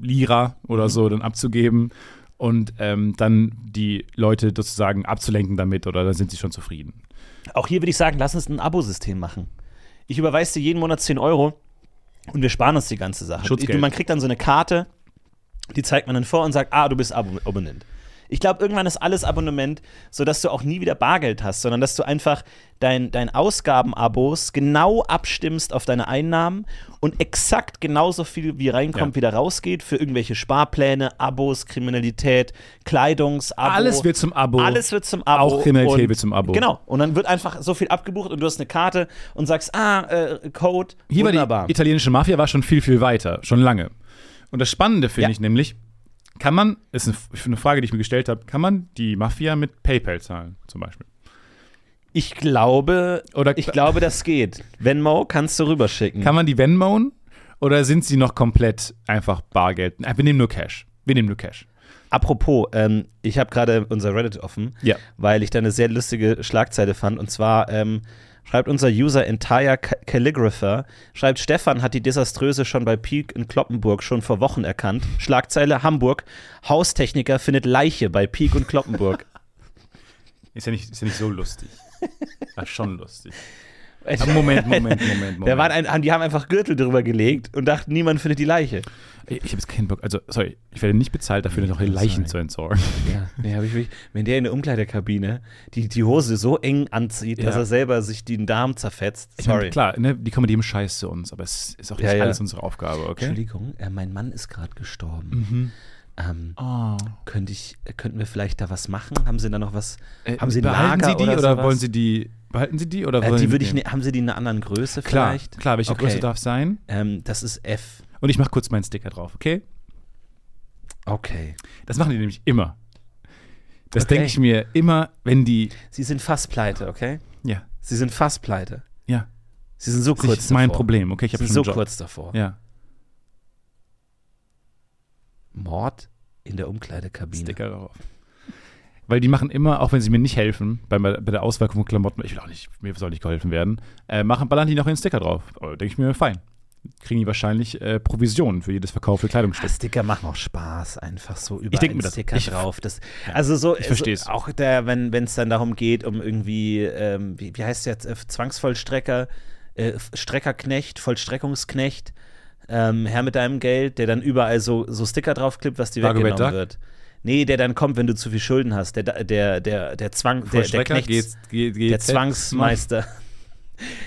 S3: Lira
S2: Mhm.
S3: oder so dann abzugeben und ähm, dann die Leute sozusagen abzulenken damit oder dann sind sie schon zufrieden.
S2: auch hier würde ich sagen, lass uns ein Abo-System machen. Ich überweise dir jeden Monat 10 Euro und wir sparen uns die ganze Sache.
S3: Schutzgeld.
S2: Ich- Man kriegt dann so eine Karte, die zeigt man dann vor und sagt, ah, du bist Abo Abonnent. Ich glaube, irgendwann ist alles Abonnement, sodass du auch nie wieder Bargeld hast, sondern dass du einfach dein, dein Ausgaben-Abos genau abstimmst auf deine Einnahmen und exakt genauso viel, wie reinkommt,
S3: Ja.
S2: wieder rausgeht für irgendwelche Sparpläne, Abos, Kriminalität, Kleidungsabos.
S3: Alles wird zum Abo.
S2: Alles wird zum Abo.
S3: Auch Kriminalität
S2: und-
S3: wird zum Abo.
S2: Genau. Und dann wird einfach so viel abgebucht und du hast eine Karte und sagst, ah, äh, Code.
S3: Hier war
S2: wunderbar.
S3: die italienische Mafia war schon viel, viel weiter, schon lange. Und das Spannende finde
S2: Ja.
S3: ich nämlich, kann man, ist eine, F- eine Frage, die ich mir gestellt habe, kann man die Mafia mit PayPal zahlen, zum Beispiel?
S2: ich glaube,
S3: Oder
S2: ich glaube, das geht. Venmo kannst du rüberschicken.
S3: kann man die Venmoen oder sind sie noch komplett einfach Bargeld? Äh, Wir nehmen nur Cash. Wir nehmen nur Cash.
S2: Apropos, ähm, ich habe gerade unser Reddit offen,
S3: Ja.
S2: weil ich da eine sehr lustige Schlagzeile fand. Und zwar ähm, schreibt unser User Entire Ca- Calligrapher, schreibt, Stefan hat die Desaströse schon bei Peak in Kloppenburg schon vor Wochen erkannt. Schlagzeile Hamburg, Haustechniker findet Leiche bei Peak und Kloppenburg.
S3: Ist ja nicht, ist ja nicht so lustig. War schon lustig. Aber Moment, Moment, Moment, Moment.
S2: Äh, Da waren ein, die haben einfach Gürtel drüber gelegt und dachten, niemand findet die Leiche.
S3: Ich habe jetzt keinen Bock. Also, sorry, ich werde nicht bezahlt dafür, noch die Leichen zu entsorgen.
S2: Ja, nee, hab ich wirklich, wenn der in der Umkleidekabine die, die Hose so eng anzieht, dass
S3: Ja.
S2: er selber sich den Darm zerfetzt.
S3: Ich
S2: Sorry.
S3: meine, klar, ne, die kommen mit jedem Scheiß zu uns, aber es ist auch nicht
S2: Ja, ja.
S3: alles unsere Aufgabe, okay?
S2: Entschuldigung, äh, mein Mann ist gerade gestorben. Ähm,
S3: Oh.
S2: könnte ich, äh, könnten wir vielleicht da was machen? Haben Sie da noch was?
S3: Äh,
S2: haben Sie ein
S3: behalten
S2: Lager
S3: Sie die oder,
S2: sowas?
S3: wollen Sie die? Behalten Sie die oder wollen
S2: äh, die
S3: Sie
S2: würde ich
S3: nehmen?
S2: ne, haben Sie die in einer anderen Größe
S3: Klar,
S2: vielleicht?
S3: klar, welche
S2: Okay.
S3: Größe darf sein?
S2: Ähm, das ist F.
S3: Und ich mache kurz meinen Sticker drauf, okay?
S2: Okay.
S3: Das machen die nämlich immer. Das
S2: Okay.
S3: denke ich mir immer, wenn die.
S2: Sie sind fast pleite, okay?
S3: Ja,
S2: Sie sind fast pleite.
S3: ja.
S2: Sie sind so
S3: Das ist
S2: kurz
S3: nicht mein
S2: davor.
S3: Problem, okay? Ich
S2: Sie
S3: habe
S2: sind
S3: schon
S2: so
S3: einen Job.
S2: kurz davor.
S3: Ja,
S2: Mord in der Umkleidekabine.
S3: Sticker drauf. Weil die machen immer, auch wenn sie mir nicht helfen, bei, bei der Auswahl von Klamotten, ich will auch nicht, mir soll nicht geholfen werden, äh, machen, ballern die noch einen Sticker drauf. Aber Denke ich mir, fein. Kriegen die wahrscheinlich äh, Provisionen für jedes verkaufte
S2: Ah,
S3: Kleidungsstück.
S2: Sticker machen auch Spaß, einfach so über
S3: denk mir das-
S2: Sticker
S3: ich-
S2: drauf. Das, also so, ich
S3: versteh's.
S2: so auch der, wenn es dann darum geht, um irgendwie, ähm, wie, wie heißt der jetzt, äh, Zwangsvollstrecker, äh, F- Streckerknecht, Vollstreckungsknecht, ähm, Herr mit deinem Geld, der dann überall so, so Sticker draufklippt, was dir
S3: Dagobert
S2: weggenommen
S3: Duck?
S2: wird. Nee, der dann kommt, wenn du zu viel Schulden hast. Der, der, der, der Zwang, der, der Knecht, der Zwangsmeister.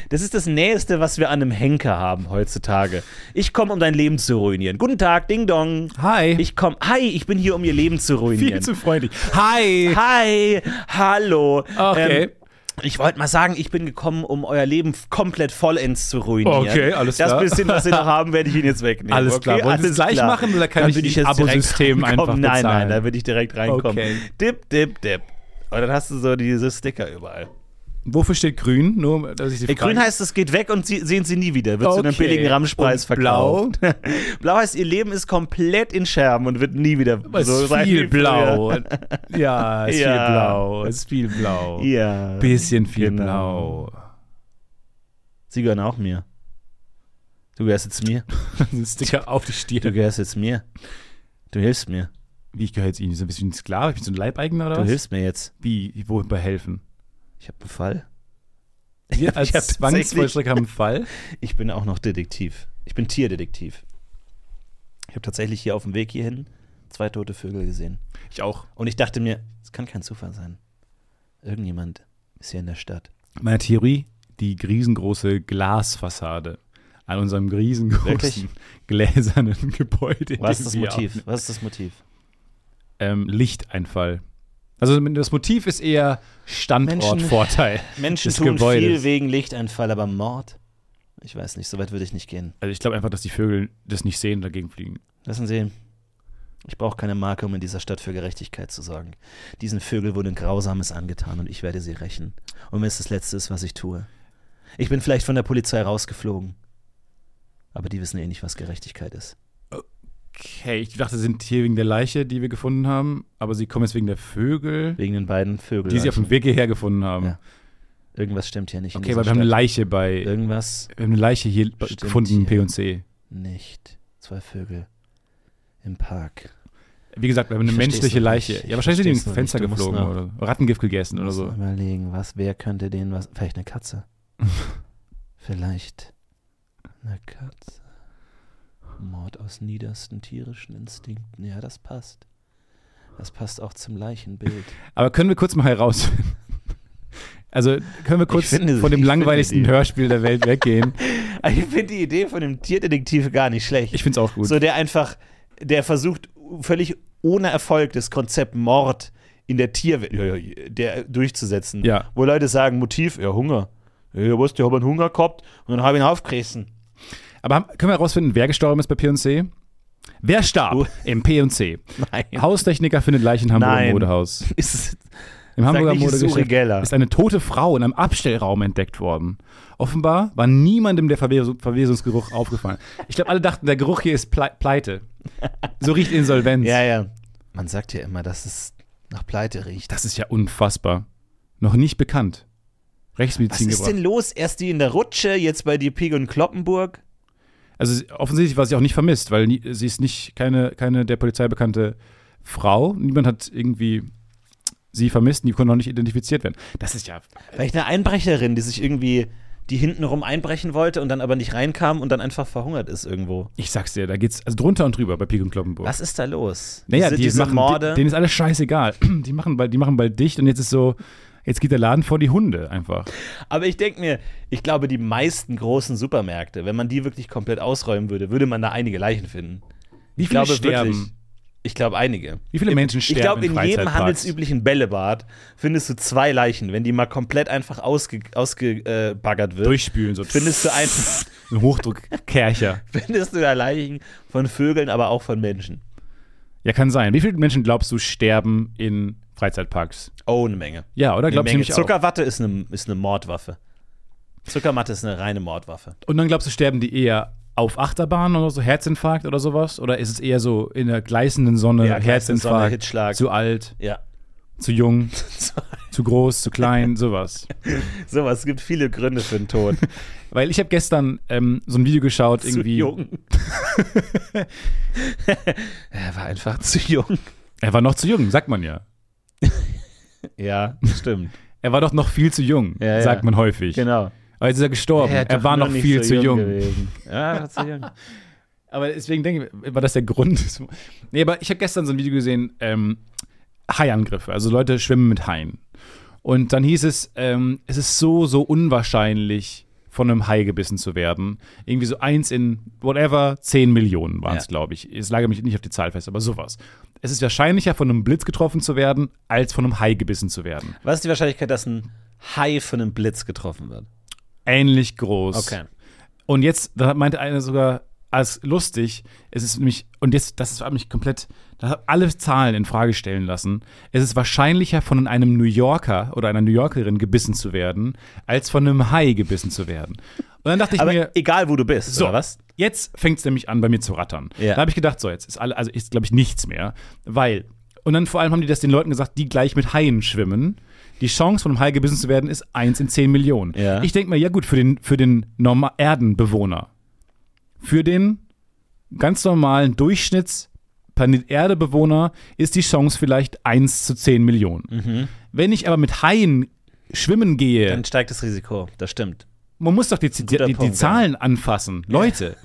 S2: Das ist das Nächste, was wir an einem Henker haben heutzutage. Ich komme, um dein Leben zu ruinieren. Guten Tag, Ding Dong.
S3: Hi.
S2: Ich komme. Hi, ich bin hier, um ihr Leben zu ruinieren.
S3: Viel zu freundlich. Hi.
S2: Hi, hallo.
S3: Okay.
S2: Ähm, ich wollte mal sagen, ich bin gekommen, um euer Leben f- komplett vollends zu ruinieren.
S3: Okay, alles
S2: das
S3: klar.
S2: Das bisschen, was ihr noch haben, werde ich Ihnen jetzt wegnehmen.
S3: Alles
S2: okay?
S3: klar. Wollen Sie es gleich machen oder kann
S2: dann
S3: ich
S2: würde
S3: die
S2: ich jetzt
S3: Abosystem
S2: direkt reinkommen.
S3: einfach
S2: Nein, nein,
S3: bezahlen?
S2: da würde ich direkt reinkommen.
S3: Okay.
S2: Dip, dip, dip. Und dann hast du so diese Sticker überall.
S3: Wofür steht grün? Nur, um, dass ich die
S2: Äh,
S3: Frage-
S2: Grün heißt, es geht weg und sie, sehen sie nie wieder. Wird zu einem
S3: Okay.
S2: billigen Ramschpreis
S3: Und blau?
S2: verkauft. blau heißt, ihr Leben ist komplett in Scherben und wird nie wieder
S3: Es
S2: so
S3: ist
S2: sein wie
S3: viel blau.
S2: früher.
S3: Ja, es ist
S2: Ja.
S3: viel blau. Es ist viel blau.
S2: Ja.
S3: Bisschen viel
S2: Genau.
S3: blau.
S2: Sie gehören auch mir. Du gehörst jetzt mir.
S3: Ein Sticker auf die
S2: Du
S3: Stirn.
S2: gehörst jetzt mir. Du hilfst mir.
S3: Wie ich gehöre jetzt Ihnen? So ein bisschen ein Sklave? Ich bin so ein Leibeigener oder
S2: Du
S3: was?
S2: hilfst mir jetzt.
S3: Wie? Wobei helfen?
S2: Ich habe einen Fall.
S3: Wir als
S2: Ich hab
S3: Zwangsvollstrecker haben einen Fall.
S2: Ich bin auch noch Detektiv. Ich bin Tierdetektiv. Ich habe tatsächlich hier auf dem Weg hierhin zwei tote Vögel gesehen.
S3: Ich auch.
S2: Und ich dachte mir, es kann kein Zufall sein. Irgendjemand ist hier in der Stadt.
S3: Meine Theorie, die riesengroße Glasfassade an unserem riesengroßen
S2: Wirklich?
S3: gläsernen Gebäude. in
S2: Was ist
S3: dem
S2: das
S3: wir
S2: Motiv? Was ist das Motiv?
S3: ähm, Lichteinfall. Also das Motiv ist eher Standortvorteil.
S2: Menschen
S3: des
S2: tun
S3: Gebäudes.
S2: viel wegen Lichteinfall, aber Mord? Ich weiß nicht, so weit würde ich nicht gehen.
S3: Also ich glaube einfach, dass die Vögel das nicht sehen und dagegen fliegen.
S2: Lassen Sie, ich brauche keine Marke, um in dieser Stadt für Gerechtigkeit zu sorgen. Diesen Vögeln wurde Grausames angetan und ich werde sie rächen. Und wenn es das Letzte ist, was ich tue. Ich bin vielleicht von der Polizei rausgeflogen. Aber die wissen eh nicht, was Gerechtigkeit ist.
S3: Okay, ich dachte, sie sind hier wegen der Leiche, die wir gefunden haben, aber sie kommen jetzt wegen der Vögel,
S2: Wegen den beiden Vögeln.
S3: die sie auf dem Weg hierher gefunden haben.
S2: Ja. Irgendwas stimmt hier nicht. in
S3: Okay,
S2: dieser
S3: weil wir haben eine
S2: Stadt.
S3: Leiche bei. Wir
S2: Irgendwas
S3: haben eine Leiche hier bei-
S2: Stimmt
S3: gefunden,
S2: hier.
S3: P&C.
S2: nicht. Zwei Vögel im Park.
S3: Wie gesagt, wir haben eine
S2: Ich versteh's
S3: menschliche
S2: noch nicht.
S3: Leiche.
S2: Ich
S3: Ja, wahrscheinlich sind die
S2: versteh's
S3: im
S2: noch
S3: Fenster
S2: nicht. Du musst
S3: geflogen
S2: noch-
S3: oder Rattengift gegessen
S2: Ich
S3: oder
S2: muss
S3: so.
S2: mal überlegen, was, wer könnte denen was. Vielleicht eine Katze. vielleicht eine Katze. Mord aus niedersten tierischen Instinkten. Ja, das passt. Das passt auch zum Leichenbild.
S3: Aber können wir kurz mal herausfinden? Also können wir kurz
S2: finde-
S3: von dem
S2: ich
S3: langweiligsten
S2: finde die-
S3: Hörspiel der Welt weggehen?
S2: Ich finde die Idee von dem Tierdetektiv gar nicht schlecht.
S3: Ich finde es auch gut.
S2: So, der einfach, der versucht völlig ohne Erfolg das Konzept Mord in der Tierwelt ja, ja, der durchzusetzen.
S3: Ja.
S2: Wo Leute sagen, Motiv, ja, Hunger. Ja, was, ich habe einen Hunger gehabt und dann habe ich ihn aufgerissen.
S3: Aber haben, können wir herausfinden, wer gestorben ist bei P&C? Wer starb
S2: Oh.
S3: im P&C?
S2: Nein.
S3: Haustechniker findet Leichen Hamburger
S2: Nein.
S3: Modehaus.
S2: Ist,
S3: Im Hamburger
S2: nicht, es ist Uri
S3: Modegeschäft
S2: Geller.
S3: ist eine tote Frau in einem Abstellraum entdeckt worden. Offenbar war niemandem der Verwes Verwesungsgeruch aufgefallen. Ich glaube, alle dachten, der Geruch hier ist Ple Pleite. So riecht Insolvenz.
S2: Ja, ja. Man sagt ja immer, dass es nach Pleite riecht.
S3: Das ist ja unfassbar. Noch nicht bekannt.
S2: Was
S3: Rechtsmedizin
S2: ist denn
S3: gebracht.
S2: los? Erst die in der Rutsche, jetzt bei dir Pig und Kloppenburg.
S3: Also sie- offensichtlich war sie auch nicht vermisst, weil nie, sie ist nicht keine, keine der Polizei bekannte Frau. Niemand hat irgendwie sie vermisst und die konnte auch nicht identifiziert werden. Das ist ja
S2: Vielleicht eine Einbrecherin, die sich irgendwie, die hintenrum einbrechen wollte und dann aber nicht reinkam und dann einfach verhungert ist irgendwo.
S3: Ich sag's dir, da geht's also drunter und drüber bei Pik und Kloppenburg.
S2: Was ist da los?
S3: Naja,
S2: diese,
S3: die
S2: diese
S3: machen,
S2: Morde.
S3: die- Denen ist alles scheißegal. Die machen, bald, die machen bald dicht und jetzt ist so, jetzt geht der Laden vor die Hunde einfach.
S2: aber ich denke mir, ich glaube, die meisten großen Supermärkte, wenn man die wirklich komplett ausräumen würde, würde man da einige Leichen finden.
S3: Wie
S2: Ich glaube
S3: sterben?
S2: wirklich. Ich glaube, einige.
S3: Wie viele Menschen sterben
S2: Ich glaube, in jedem
S3: Freizeitparks?
S2: handelsüblichen Bällebad findest du zwei Leichen, wenn die mal komplett einfach ausgebaggert ausge, äh, baggert wird.
S3: Durchspülen, so
S2: findest du einfach,
S3: ein Hochdruckkercher.
S2: findest du da Leichen von Vögeln, aber auch von Menschen.
S3: Ja, kann sein. Wie viele Menschen glaubst du sterben in Freizeitparks?
S2: Oh, eine Menge.
S3: Ja, oder?
S2: Eine
S3: Glaubst du
S2: Menge.
S3: nämlich auch.
S2: Zuckerwatte ist eine, ist eine Mordwaffe. Zuckermatte ist eine reine Mordwaffe.
S3: Und dann glaubst du, sterben die eher auf Achterbahn oder so, Herzinfarkt oder sowas? Oder ist es eher so in der gleißenden Sonne,
S2: Ja, gleißende Sonne,
S3: Herzinfarkt,
S2: Hitzschlag.
S3: zu alt,
S2: Ja.
S3: zu jung, zu groß, zu klein, sowas?
S2: Sowas, es gibt viele Gründe für den Tod.
S3: Weil ich habe gestern ähm, so ein Video geschaut, irgendwie.
S2: er war einfach zu jung.
S3: Er war noch zu jung, sagt man ja.
S2: Ja, stimmt.
S3: Er war doch noch viel zu jung,
S2: Ja, ja.
S3: sagt man häufig.
S2: Genau.
S3: Aber jetzt ist er gestorben. er war noch viel zu jung.
S2: Ja, zu jung.
S3: Aber deswegen denke ich, war das der Grund? nee, aber ich habe gestern so ein Video gesehen, ähm, Haiangriffe. Also Leute schwimmen mit Haien. Und dann hieß es, ähm, es ist so, so unwahrscheinlich, von einem Hai gebissen zu werden. Irgendwie so eins in whatever, 10 Millionen waren es,
S4: Ja.
S3: glaube ich. Es lage mich nicht auf die Zahl fest, aber sowas. Es ist wahrscheinlicher, von einem Blitz getroffen zu werden, als von einem Hai gebissen zu werden.
S4: Was ist die Wahrscheinlichkeit, dass ein Hai von einem Blitz getroffen wird?
S3: Ähnlich groß. Und jetzt, da meinte einer sogar, als lustig, es ist nämlich, und jetzt, das ist mich komplett, da hat alle Zahlen in Frage stellen lassen. Es ist wahrscheinlicher, von einem New Yorker oder einer New Yorkerin gebissen zu werden, als von einem Hai gebissen zu werden. Und dann dachte ich
S4: Aber
S3: mir,
S4: egal, wo du bist,
S3: so,
S4: oder was?
S3: jetzt fängt es nämlich an, bei mir zu rattern.
S4: Ja.
S3: Da habe ich gedacht, so, jetzt ist alle, also ist, glaube ich, nichts mehr, weil, und dann vor allem haben die das den Leuten gesagt, die gleich mit Haien schwimmen. Die Chance, von einem Hai gebissen zu werden, ist 1 in 10 Millionen.
S4: Ja.
S3: Ich denke mir, ja gut, für den, für den Norma Erdenbewohner, für den ganz normalen Durchschnitts Planet Erde Bewohner ist die Chance vielleicht 1 zu 10 Millionen. Wenn ich aber mit Haien schwimmen gehe,
S4: Mhm. Dann steigt das Risiko, das stimmt.
S3: man muss doch die, die,
S4: guter
S3: die, die
S4: Punkt,
S3: Zahlen anfassen. Leute.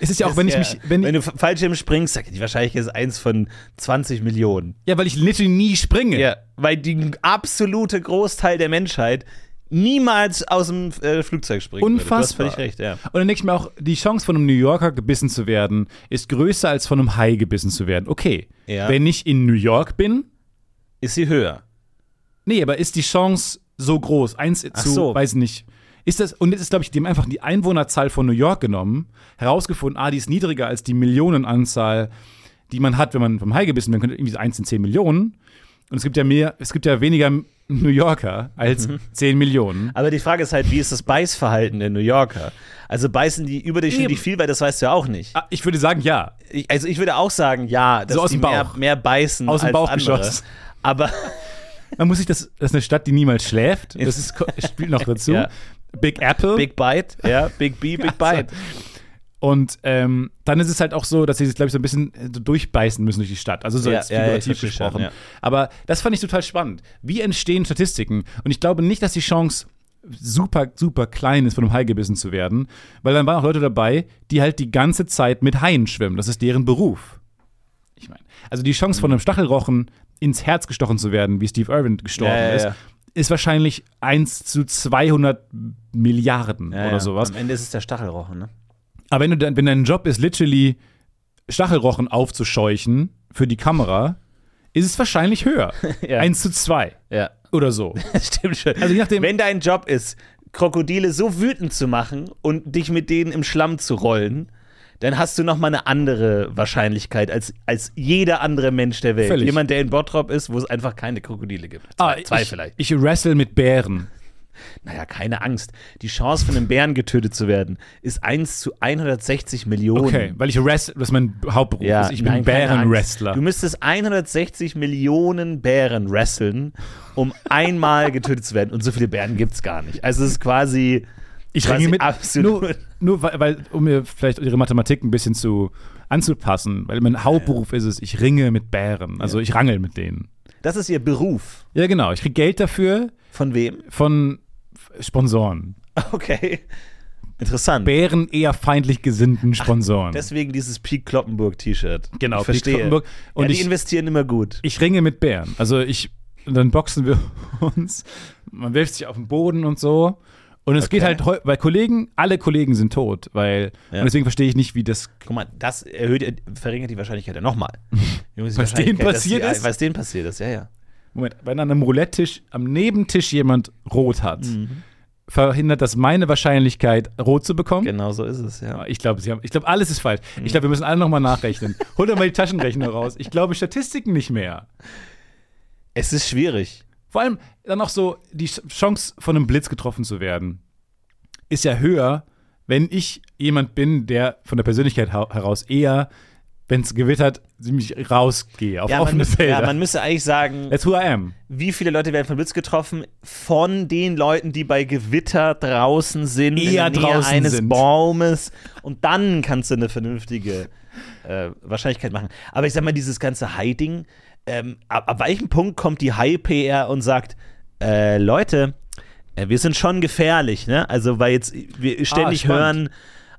S3: Es ist ja auch, wenn ich
S4: Ja.
S3: mich. Wenn,
S4: wenn du F- Fallschirm springst, sag ich, die Wahrscheinlichkeit ist eins von 20 Millionen.
S3: ja, weil ich literally nie springe.
S4: Ja, weil die absolute Großteil der Menschheit niemals aus dem äh, Flugzeug springen Würde. Du hast
S3: Unfassbar.
S4: völlig recht, ja.
S3: Und dann denke ich mir auch, die Chance, von einem New Yorker gebissen zu werden, ist größer als von einem Hai gebissen zu werden. Okay.
S4: Ja.
S3: Wenn ich in New York bin,
S4: Ist sie höher?
S3: nee, aber ist die Chance so groß? Eins zu,
S4: so.
S3: weiß nicht. Ist das, und jetzt ist, glaube ich, die haben einfach die Einwohnerzahl von New York genommen, herausgefunden, ah, die ist niedriger als die Millionenanzahl, die man hat, wenn man vom Hai gebissen werden könnte, irgendwie so 1 in 10 Millionen. Und es gibt ja mehr, es gibt ja weniger New Yorker als
S4: Mhm.
S3: 10 Millionen.
S4: Aber die Frage ist halt, wie ist das Beißverhalten der New Yorker? Also beißen die überdurchschnittlich
S3: Eben.
S4: viel, weil das weißt du ja auch nicht.
S3: Ah, Ich würde sagen, ja.
S4: Ich, also ich würde auch sagen, ja, dass
S3: So aus
S4: die
S3: dem
S4: mehr,
S3: Bauch.
S4: mehr beißen
S3: Aus dem
S4: als
S3: Bauch
S4: andere.
S3: geschossen.
S4: Aber
S3: Man muss sich das, das ist eine Stadt, die niemals schläft. Das ist, spielt noch dazu.
S4: Ja.
S3: Big Apple.
S4: Big Bite, ja, Big B, Big
S3: Also,
S4: Bite.
S3: Und ähm, dann ist es halt auch so, dass sie sich, glaube ich, so ein bisschen äh, so durchbeißen müssen durch die Stadt. Also so
S4: Ja,
S3: jetzt
S4: ja, ja,
S3: figurativ
S4: ich verstehe
S3: gesprochen.
S4: schon, ja.
S3: Aber das fand ich total spannend. Wie entstehen Statistiken? Und ich glaube nicht, dass die Chance super, super klein ist, von einem Hai gebissen zu werden, weil dann waren auch Leute dabei, die halt die ganze Zeit mit Haien schwimmen. Das ist deren Beruf. Ich meine, also die Chance,
S4: Mhm.
S3: von einem Stachelrochen ins Herz gestochen zu werden, wie Steve Irwin gestorben
S4: Ja, ja, ja.
S3: ist, ist wahrscheinlich 1 zu 200 Milliarden
S4: Ja,
S3: oder
S4: ja.
S3: sowas.
S4: Am Ende ist es der Stachelrochen, ne?
S3: Aber wenn, du dein- wenn dein Job ist, literally Stachelrochen aufzuscheuchen für die Kamera, ist es wahrscheinlich höher.
S4: Ja.
S3: Eins zu zwei
S4: Ja,
S3: oder so.
S4: das stimmt schon.
S3: Also je nachdem-
S4: Wenn dein Job ist, Krokodile so wütend zu machen und dich mit denen im Schlamm zu rollen, dann hast du noch mal eine andere Wahrscheinlichkeit als, als jeder andere Mensch der Welt.
S3: Völlig. Ah,
S4: Jemand, der in Bottrop ist, wo es einfach keine Krokodile gibt. Zwei, zwei vielleicht.
S3: Ich, ich wrestle mit Bären.
S4: Naja, keine Angst. Die Chance, von einem Bären getötet zu werden, ist 1 zu 160 Millionen.
S3: Okay, weil ich wrestle, das ist mein Hauptberuf.
S4: Ja,
S3: ist. Also Ich bin
S4: nein, keine Angst. Du
S3: Bärenwrestler.
S4: müsstest 160 Millionen Bären wresteln, um einmal getötet zu werden. Und so viele Bären gibt es gar nicht. Also es ist quasi.
S3: Ich
S4: quasi
S3: ringe mit.
S4: Absolut.
S3: Nur, nur weil, weil, um mir vielleicht ihre Mathematik ein bisschen zu anzupassen, weil mein Hauptberuf ist es, ich ringe mit Bären. Also ich rangel mit denen.
S4: Das ist ihr Beruf.
S3: Ja, genau. Ich kriege Geld dafür
S4: Von wem?
S3: von Sponsoren.
S4: Okay. Interessant.
S3: Bären eher feindlich gesinnten Sponsoren.
S4: Deswegen dieses Piet Kloppenburg-T-Shirt.
S3: Genau,
S4: ich
S3: Piet
S4: verstehe.
S3: Kloppenburg. Und
S4: Und ja, die
S3: ich-
S4: investieren immer gut.
S3: ich ringe mit Bären. Also ich, dann boxen wir uns. Man wirft sich auf den Boden und so. Und es geht halt, heu- weil Kollegen, alle Kollegen sind tot, weil,
S4: Ja.
S3: und deswegen verstehe ich nicht, wie das,
S4: Guck mal, das erhöht, verringert die Wahrscheinlichkeit ja nochmal. Jungs, die
S3: Was denen
S4: Wahrscheinlichkeit, dass
S3: passiert
S4: die,
S3: ist?
S4: Was denen passiert ist, ja, ja.
S3: Moment, wenn an einem Roulette-Tisch, am Nebentisch jemand rot hat,
S4: Mhm.
S3: verhindert das meine Wahrscheinlichkeit, rot zu bekommen? Ah,
S4: Genau Mhm. so ist es, ja.
S3: Ich glaube, sie haben, ich glaube, alles ist falsch. Ich glaube, wir müssen alle nochmal nachrechnen. Hol doch mal die Taschenrechner raus. Ich glaube, Statistiken nicht mehr.
S4: Es ist schwierig.
S3: Vor allem dann auch so die Sch- Chance, von einem Blitz getroffen zu werden, ist ja höher, wenn ich jemand bin, der von der Persönlichkeit hau- heraus eher, wenn es gewittert, mich rausgehe auf
S4: Ja man,
S3: offene
S4: müß- ja,
S3: Felder.
S4: man müsste eigentlich sagen,
S3: That's who I am.
S4: wie viele Leute werden von Blitz getroffen? Von den Leuten, die bei Gewitter draußen sind,
S3: Eher
S4: in der Nähe
S3: draußen
S4: eines
S3: sind.
S4: Baumes. Und dann kannst du eine vernünftige äh, Wahrscheinlichkeit machen. Aber ich sag mal, dieses ganze Hiding, ähm, ab, ab welchem Punkt kommt die High-PR und sagt, äh, Leute, äh, wir sind schon gefährlich, ne? Also, weil jetzt wir ständig
S3: Ah, spannend.
S4: hören,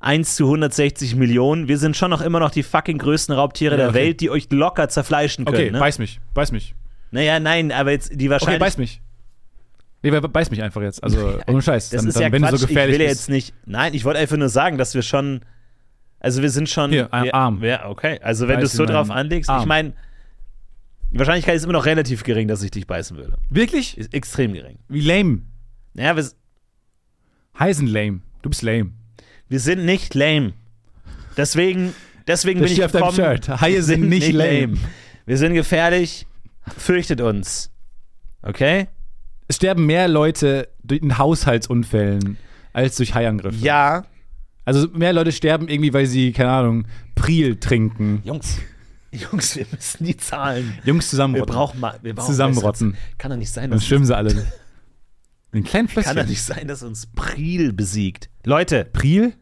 S4: 1 zu 160 Millionen. Wir sind schon noch immer noch die fucking größten Raubtiere
S3: Ja,
S4: der
S3: okay.
S4: Welt, die euch locker zerfleischen können.
S3: Okay,
S4: ne?
S3: beiß mich, beiß mich.
S4: Naja, nein, aber jetzt die
S3: Okay,
S4: Wahrscheinlichkeit.
S3: beiß mich. Nee, be- beiß mich einfach jetzt. Also, ohne Scheiß.
S4: das
S3: dann,
S4: ist
S3: dann,
S4: ja
S3: wenn
S4: Quatsch.
S3: du so gefährlich
S4: ich will ja
S3: bist.
S4: jetzt nicht. Nein, ich wollte einfach nur sagen, dass wir schon. Also wir sind schon.
S3: Hier, äh,
S4: wir,
S3: Arm.
S4: Ja, okay. Also wenn
S3: Beiß
S4: du es so
S3: in
S4: drauf
S3: meinen
S4: anlegst, ich
S3: Arm.
S4: meine, die Wahrscheinlichkeit ist immer noch relativ gering, dass ich dich beißen würde.
S3: Wirklich?
S4: Ist extrem gering.
S3: Wie lame.
S4: Naja, wir,
S3: Heisen lame. Du bist lame.
S4: wir sind nicht lame. Deswegen, deswegen
S3: Das
S4: bin ich
S3: steht auf deinem
S4: gekommen.
S3: Shirt. Haie
S4: Wir
S3: sind nicht lame.
S4: Wir sind gefährlich. Fürchtet uns. Okay?
S3: Es sterben mehr Leute durch- in Haushaltsunfällen als durch Haiangriffe.
S4: Ja.
S3: Also mehr Leute sterben irgendwie, weil sie, keine Ahnung, Priel trinken.
S4: Jungs. Jungs, wir müssen die Zahlen.
S3: Jungs
S4: Wir
S3: zusammenrotten.
S4: brauchen mal. Wir brauchen
S3: Zusammenrotten.
S4: besseres- Kann doch nicht sein,
S3: Dann
S4: dass,
S3: schwimmen sie alle. In kleinen
S4: kann doch
S3: Flösschen.
S4: nicht sein, dass uns Priel besiegt. Leute,
S3: Priel?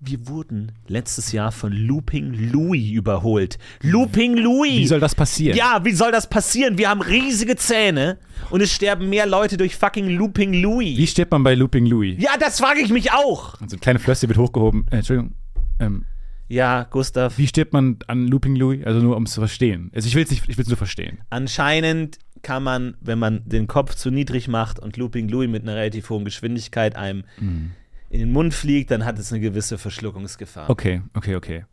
S4: wir wurden letztes Jahr von Looping Louis überholt. Looping Louis!
S3: Wie soll das passieren?
S4: ja, wie soll das passieren? Wir haben riesige Zähne und es sterben mehr Leute durch fucking Looping Louis.
S3: Wie steht man bei Looping Louis?
S4: Ja, das frage ich mich auch.
S3: Also ein kleines Flösschen wird hochgehoben. Äh, Entschuldigung. Ähm,
S4: Ja, Gustav,
S3: wie steht man an Looping Louis? Also nur um es zu verstehen. Also ich will es nicht, ich will es nur verstehen.
S4: anscheinend kann man, wenn man den Kopf zu niedrig macht und Looping Louis mit einer relativ hohen Geschwindigkeit einem
S3: Mhm.
S4: in den Mund fliegt, dann hat es eine gewisse Verschluckungsgefahr.
S3: Okay, okay, okay.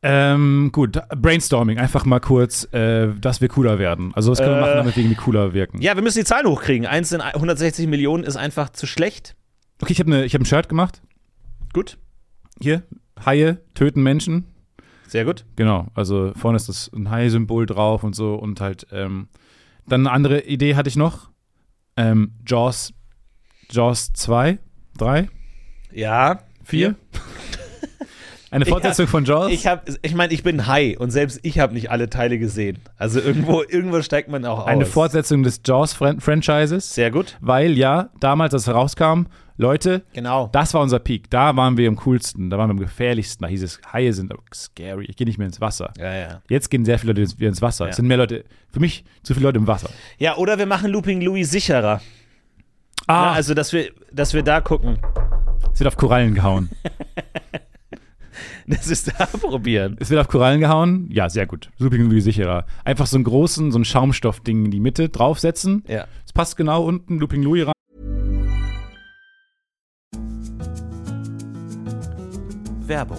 S3: Ähm, gut, Brainstorming, einfach mal kurz, äh, dass wir cooler werden. Also was können wir
S4: Äh,
S3: machen, damit wir irgendwie cooler wirken?
S4: Ja, wir müssen die Zahlen hochkriegen. Eins in 160 Millionen ist einfach zu schlecht.
S3: Okay, ich habe ne, ich hab ein Shirt gemacht.
S4: Gut.
S3: Hier, Haie töten Menschen.
S4: Sehr gut.
S3: Genau, also vorne ist das ein Hai-Symbol drauf und so und halt, ähm, dann eine andere Idee hatte ich noch. Ähm, Jaws, Jaws 2, 3,
S4: Ja.
S3: 4. Eine
S4: Ich hab-
S3: Fortsetzung von Jaws.
S4: Ich habe, ich meine, ich bin high und selbst ich habe nicht alle Teile gesehen. Also irgendwo, irgendwo steigt man auch aus.
S3: eine Fortsetzung des Jaws-Franchises.
S4: Sehr gut.
S3: Weil ja, damals, als es rauskam, Leute,
S4: Genau.
S3: das war unser Peak. Da waren wir am coolsten, da waren wir am gefährlichsten. Da hieß es, Haie sind scary, ich gehe nicht mehr ins Wasser.
S4: Ja, ja.
S3: Jetzt gehen sehr viele Leute ins- wieder ins Wasser.
S4: Ja.
S3: Es sind mehr Leute, für mich zu viele Leute im Wasser.
S4: Ja, oder wir machen Looping Louis sicherer. Ja,
S3: Ah,
S4: also, dass wir, dass wir da gucken.
S3: es wird auf Korallen gehauen.
S4: Das ist da probieren.
S3: Es wird auf Korallen gehauen. Ja, sehr gut. Super irgendwie sicherer. Einfach so einen großen, so ein Schaumstoffding in die Mitte draufsetzen.
S4: Ja.
S3: Es passt genau unten, Looping Louis rein.
S4: Werbung.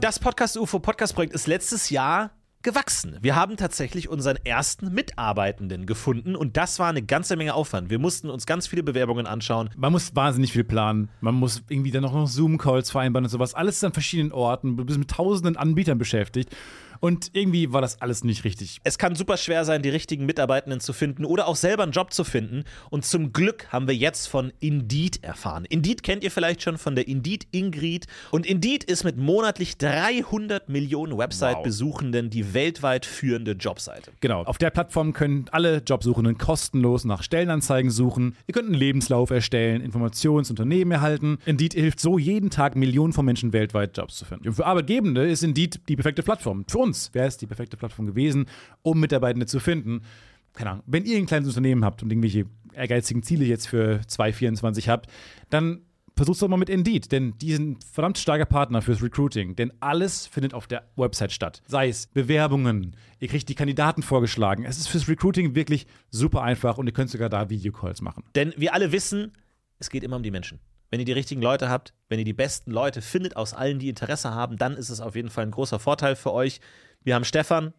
S4: Das Podcast UFO Podcast Projekt ist letztes Jahr gewachsen. Wir haben tatsächlich unseren ersten Mitarbeitenden gefunden und das war eine ganze Menge Aufwand. Wir mussten uns ganz viele Bewerbungen anschauen.
S3: Man muss wahnsinnig viel planen. Man muss irgendwie dann auch noch Zoom-Calls vereinbaren und sowas. Alles ist an verschiedenen Orten. Du bist mit tausenden Anbietern beschäftigt. Und irgendwie war das alles nicht richtig.
S4: Es kann super schwer sein, die richtigen Mitarbeitenden zu finden oder auch selber einen Job zu finden. Und zum Glück haben wir jetzt von Indeed erfahren. Indeed kennt ihr vielleicht schon von der Indeed Ingrid. Und Indeed ist mit monatlich 300 Millionen Website-Besuchenden die weltweit führende Jobseite.
S3: Genau. Auf der Plattform können alle Jobsuchenden kostenlos nach Stellenanzeigen suchen. Ihr könnt einen Lebenslauf erstellen, Informationen zu Unternehmen erhalten. Indeed hilft so jeden Tag Millionen von Menschen weltweit Jobs zu finden. Und für Arbeitgebende ist Indeed die perfekte Plattform. Für uns wäre es die perfekte Plattform gewesen, um Mitarbeitende zu finden. Keine Ahnung, wenn ihr ein kleines Unternehmen habt und irgendwelche ehrgeizigen Ziele jetzt für 2024 habt, dann versuch's doch mal mit Indeed, denn die sind verdammt starker Partner fürs Recruiting, denn alles findet auf der Website statt. Sei es Bewerbungen, ihr kriegt die Kandidaten vorgeschlagen. Es ist fürs Recruiting wirklich super einfach und ihr könnt sogar da Videocalls machen.
S4: Denn wir alle wissen, es geht immer um die Menschen. Wenn ihr die richtigen Leute habt, wenn ihr die besten Leute findet aus allen, die Interesse haben, dann ist es auf jeden Fall ein großer Vorteil für euch. Wir haben Stefan.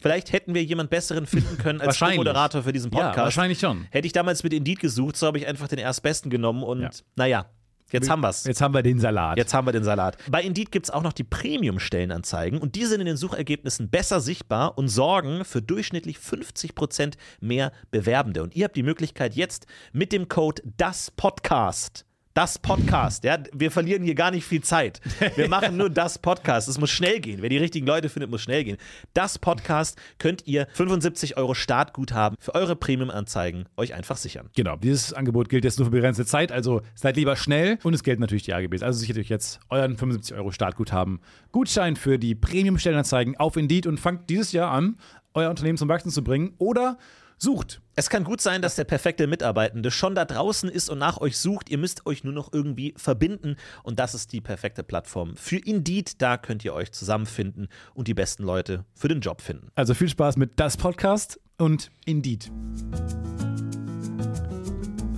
S4: Vielleicht hätten wir jemand besseren finden können als
S3: Wahrscheinlich.
S4: Moderator für diesen Podcast.
S3: schon.
S4: Hätte ich damals mit Indeed gesucht, so habe ich einfach den erstbesten genommen und
S3: Ja.
S4: naja, jetzt haben wir's.
S3: Jetzt haben wir den Salat.
S4: Jetzt haben wir den Salat. Bei Indeed gibt es auch noch die Premium-Stellenanzeigen und die sind in den Suchergebnissen besser sichtbar und sorgen für durchschnittlich 50% mehr Bewerbende. Und ihr habt die Möglichkeit jetzt mit dem Code das Podcast. Das Podcast, ja, wir verlieren hier gar nicht viel Zeit. Wir machen nur das Podcast. Es muss schnell gehen. Wer die richtigen Leute findet, muss schnell gehen. Das Podcast könnt ihr 75 Euro Startguthaben für eure Premium-Anzeigen euch einfach sichern.
S3: Genau, dieses Angebot gilt jetzt nur für begrenzte Zeit, also seid lieber schnell und es gelten natürlich die AGBs. Also sichert euch jetzt euren 75 Euro Startguthaben Gutschein für die Premium-Stellenanzeigen auf Indeed und fangt dieses Jahr an, euer Unternehmen zum Wachsen zu bringen oder sucht
S4: Es kann gut sein, dass der perfekte Mitarbeitende schon da draußen ist und nach euch sucht. Ihr müsst euch nur noch irgendwie verbinden. Und das ist die perfekte Plattform für Indeed. Da könnt ihr euch zusammenfinden und die besten Leute für den Job finden.
S3: Also viel Spaß mit das Podcast und Indeed.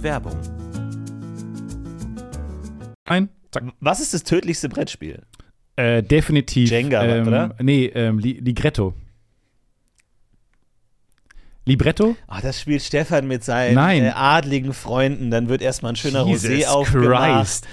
S4: Werbung.
S3: Ein, zack.
S4: Was ist das tödlichste Brettspiel?
S3: Äh, definitiv.
S4: Jenga,
S3: ähm,
S4: oder?
S3: Nee, ähm, Li Ligretto. Libretto?
S4: Ah, das spielt Stefan mit seinen
S3: Nein.
S4: äh, adligen Freunden. Dann wird erstmal ein schöner
S3: Jesus
S4: Rosé aufgemacht. Mm,
S3: Christ.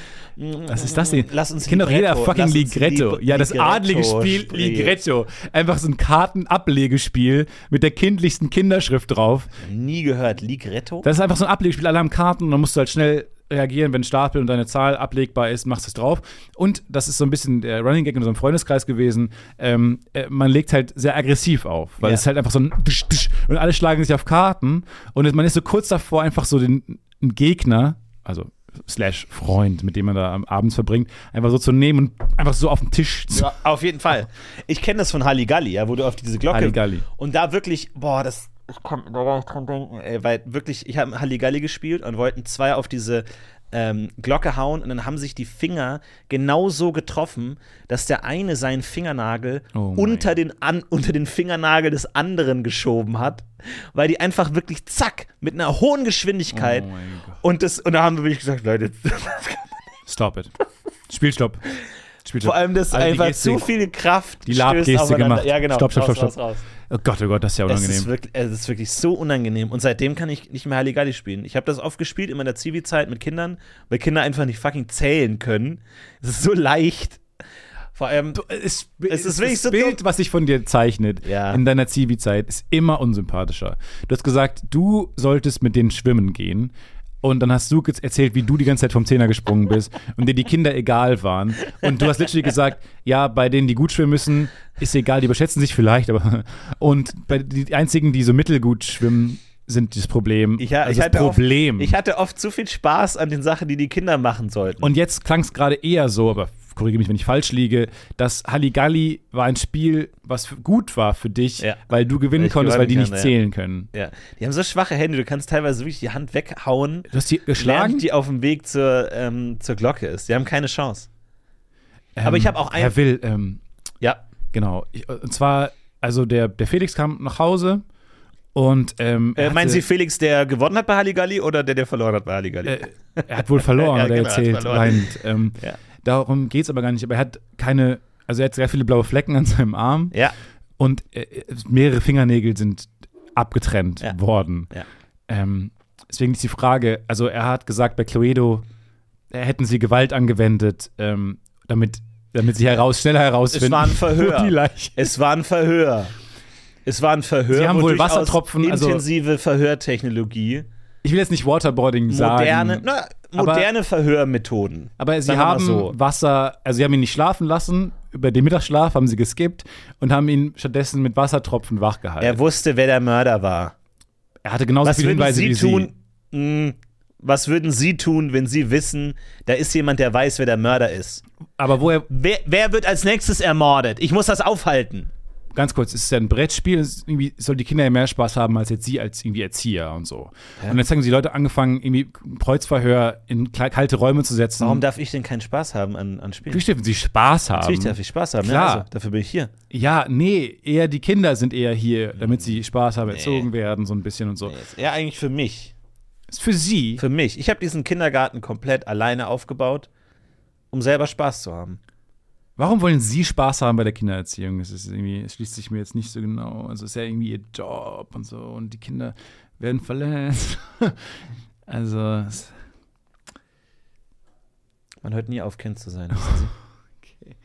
S3: Was ist das denn?
S4: Lass uns
S3: Kennt doch jeder
S4: Ligretto-
S3: fucking
S4: lass uns
S3: Ligretto.
S4: Lib-
S3: Ja, das
S4: Ligretto
S3: adlige Spiel
S4: spielen.
S3: Ligretto. Einfach so ein Kartenablegespiel mit der kindlichsten Kinderschrift drauf.
S4: Nie gehört. Ligretto?
S3: Das ist einfach so ein Ablegespiel, alle haben Karten und dann musst du halt schnell reagieren, wenn ein Stapel und deine Zahl ablegbar ist, machst du es drauf. Und das ist so ein bisschen der Running Gag in unserem Freundeskreis gewesen. Ähm, äh, man legt halt sehr aggressiv auf, weil
S4: Ja.
S3: es halt einfach so ein Tsch, Tsch, und alle schlagen sich auf Karten und es- man ist so kurz davor, einfach so den einen Gegner, also slash Freund, mit dem man da am abends verbringt, einfach so zu nehmen und einfach so auf den Tisch zu.
S4: Ja, auf jeden Fall. Ich kenne das von Halligalli, ja, wo du auf diese Glocke.
S3: Halligalli.
S4: Und da wirklich, boah, das. Ich kann da gar nicht dran denken, ey, weil wirklich, ich habe Halligalli gespielt und wollten zwei auf diese ähm, Glocke hauen und dann haben sich die Finger genau so getroffen, dass der eine seinen Fingernagel
S3: Oh mein.
S4: unter, den an, unter den Fingernagel des anderen geschoben hat, weil die einfach wirklich zack, mit einer hohen Geschwindigkeit.
S3: Oh mein Gott.
S4: und, das, und da haben wir wirklich gesagt, Leute,
S3: Stop it. Spielstopp. Spielstopp.
S4: vor allem, dass
S3: Alle Also die
S4: einfach zu
S3: Gestik.
S4: viel Kraft
S3: Die Labgeste
S4: stößt aufeinander.
S3: gemacht.
S4: Ja, genau.
S3: Stopp, stopp,
S4: Raus,
S3: stopp,
S4: raus, raus.
S3: Oh Gott, oh Gott, das ist ja unangenehm.
S4: Es ist, wirklich, es ist wirklich so unangenehm. Und seitdem kann ich nicht mehr Halligalli spielen. Ich habe das oft gespielt in meiner Zivi-Zeit mit Kindern, weil Kinder einfach nicht fucking zählen können. Es ist so leicht. Vor allem,
S3: äh, es,
S4: Es ist wirklich
S3: das
S4: so
S3: Bild, was sich von dir zeichnet
S4: Ja.
S3: in deiner Zivi-Zeit, ist immer unsympathischer. Du hast gesagt, du solltest mit denen schwimmen gehen. Und dann hast du jetzt erzählt, wie du die ganze Zeit vom Zehner gesprungen bist und dir die Kinder egal waren. Und du hast literally gesagt, ja, bei denen, die gut schwimmen müssen, ist egal, die überschätzen sich vielleicht, aber. Und bei die einzigen, die so mittelgut schwimmen, sind das Problem.
S4: ich, ha-
S3: also
S4: ich,
S3: das
S4: hatte
S3: Problem.
S4: Oft, ich hatte oft zu viel Spaß an den Sachen, die die Kinder machen sollten.
S3: Und jetzt klang es gerade eher so, aber korrigiere mich, wenn ich falsch liege, dass Halligalli war ein Spiel, was f- gut war für dich,
S4: Ja.
S3: weil du gewinnen
S4: Ich
S3: konntest,
S4: gewinnen
S3: weil die
S4: kann,
S3: nicht
S4: ja.
S3: zählen können.
S4: ja. Die haben so schwache Hände, du kannst teilweise wirklich die Hand weghauen,
S3: Du hast die geschlagen?
S4: während die auf dem Weg zur, ähm, zur Glocke ist. Die haben keine Chance.
S3: Ähm,
S4: aber ich habe auch ein-
S3: Herr Will, ähm,
S4: Ja.
S3: genau. Ich, und zwar, also der, der Felix kam nach Hause und ähm,
S4: Äh,
S3: er
S4: meinen Sie
S3: hatte-
S4: Felix, der gewonnen hat bei Halligalli oder der, der verloren hat bei Halligalli?
S3: äh, er hat wohl verloren,
S4: Ja,
S3: hat er
S4: genau, er hat
S3: erzählt,
S4: verloren.
S3: weinend. Ähm,
S4: Ja.
S3: Darum geht es aber gar nicht. Aber er hat keine, also er hat sehr viele blaue Flecken an seinem Arm.
S4: ja.
S3: und äh, mehrere Fingernägel sind abgetrennt
S4: Ja.
S3: worden.
S4: Ja.
S3: Ähm, deswegen ist die Frage, also er hat gesagt, bei Cluedo äh, hätten sie Gewalt angewendet, ähm, damit, damit sie heraus, schneller herausfinden.
S4: Es war ein Verhör.
S3: wo Die Leiche.
S4: Es war ein Verhör. Es war ein Verhör.
S3: Sie haben
S4: wo
S3: wohl
S4: durchaus
S3: Wassertropfen, also-
S4: Intensive Verhörtechnologie.
S3: Ich will jetzt nicht Waterboarding sagen.
S4: Moderne, na,
S3: Aber-
S4: moderne Verhörmethoden.
S3: Aber sie
S4: Sagen wir mal
S3: haben
S4: so.
S3: Wasser, also sie haben ihn nicht schlafen lassen, über den Mittagsschlaf haben sie geskippt und haben ihn stattdessen mit Wassertropfen
S4: Er
S3: wachgehalten.
S4: wusste, wer der Mörder war.
S3: Er hatte genauso
S4: Was
S3: viele
S4: würden
S3: Hinweise
S4: Sie
S3: wie
S4: tun? Hm, was würden Sie tun, wenn Sie wissen, da ist jemand, der weiß, wer der Mörder ist?
S3: sie. Aber woher,
S4: Wer, wer wird als nächstes ermordet? Ich muss das aufhalten.
S3: ganz kurz, es ist ja ein Brettspiel, es ist irgendwie soll die Kinder ja mehr Spaß haben als jetzt sie als irgendwie Erzieher und so. Und jetzt haben die Leute angefangen, irgendwie Kreuzverhör in kla- kalte Räume zu setzen.
S4: Warum darf ich denn keinen Spaß haben an, an Spielen?
S3: Natürlich dürfen sie Spaß haben.
S4: Natürlich darf ich Spaß haben.
S3: Klar.
S4: Ja, also, dafür bin ich hier.
S3: Ja, nee, eher die Kinder sind eher hier, damit
S4: Mhm.
S3: sie Spaß haben, erzogen werden, so ein bisschen und so.
S4: Ja, eigentlich für mich.
S3: Ist für sie.
S4: Für mich. Ich habe diesen Kindergarten komplett alleine aufgebaut, um selber Spaß zu haben.
S3: Warum wollen sie Spaß haben bei der Kindererziehung? Das ist irgendwie, es schließt sich mir jetzt nicht so genau. Also es ist ja irgendwie ihr Job und so und die Kinder werden verletzt. also, es-
S4: Man hört nie auf, Kind zu sein. wissen Sie?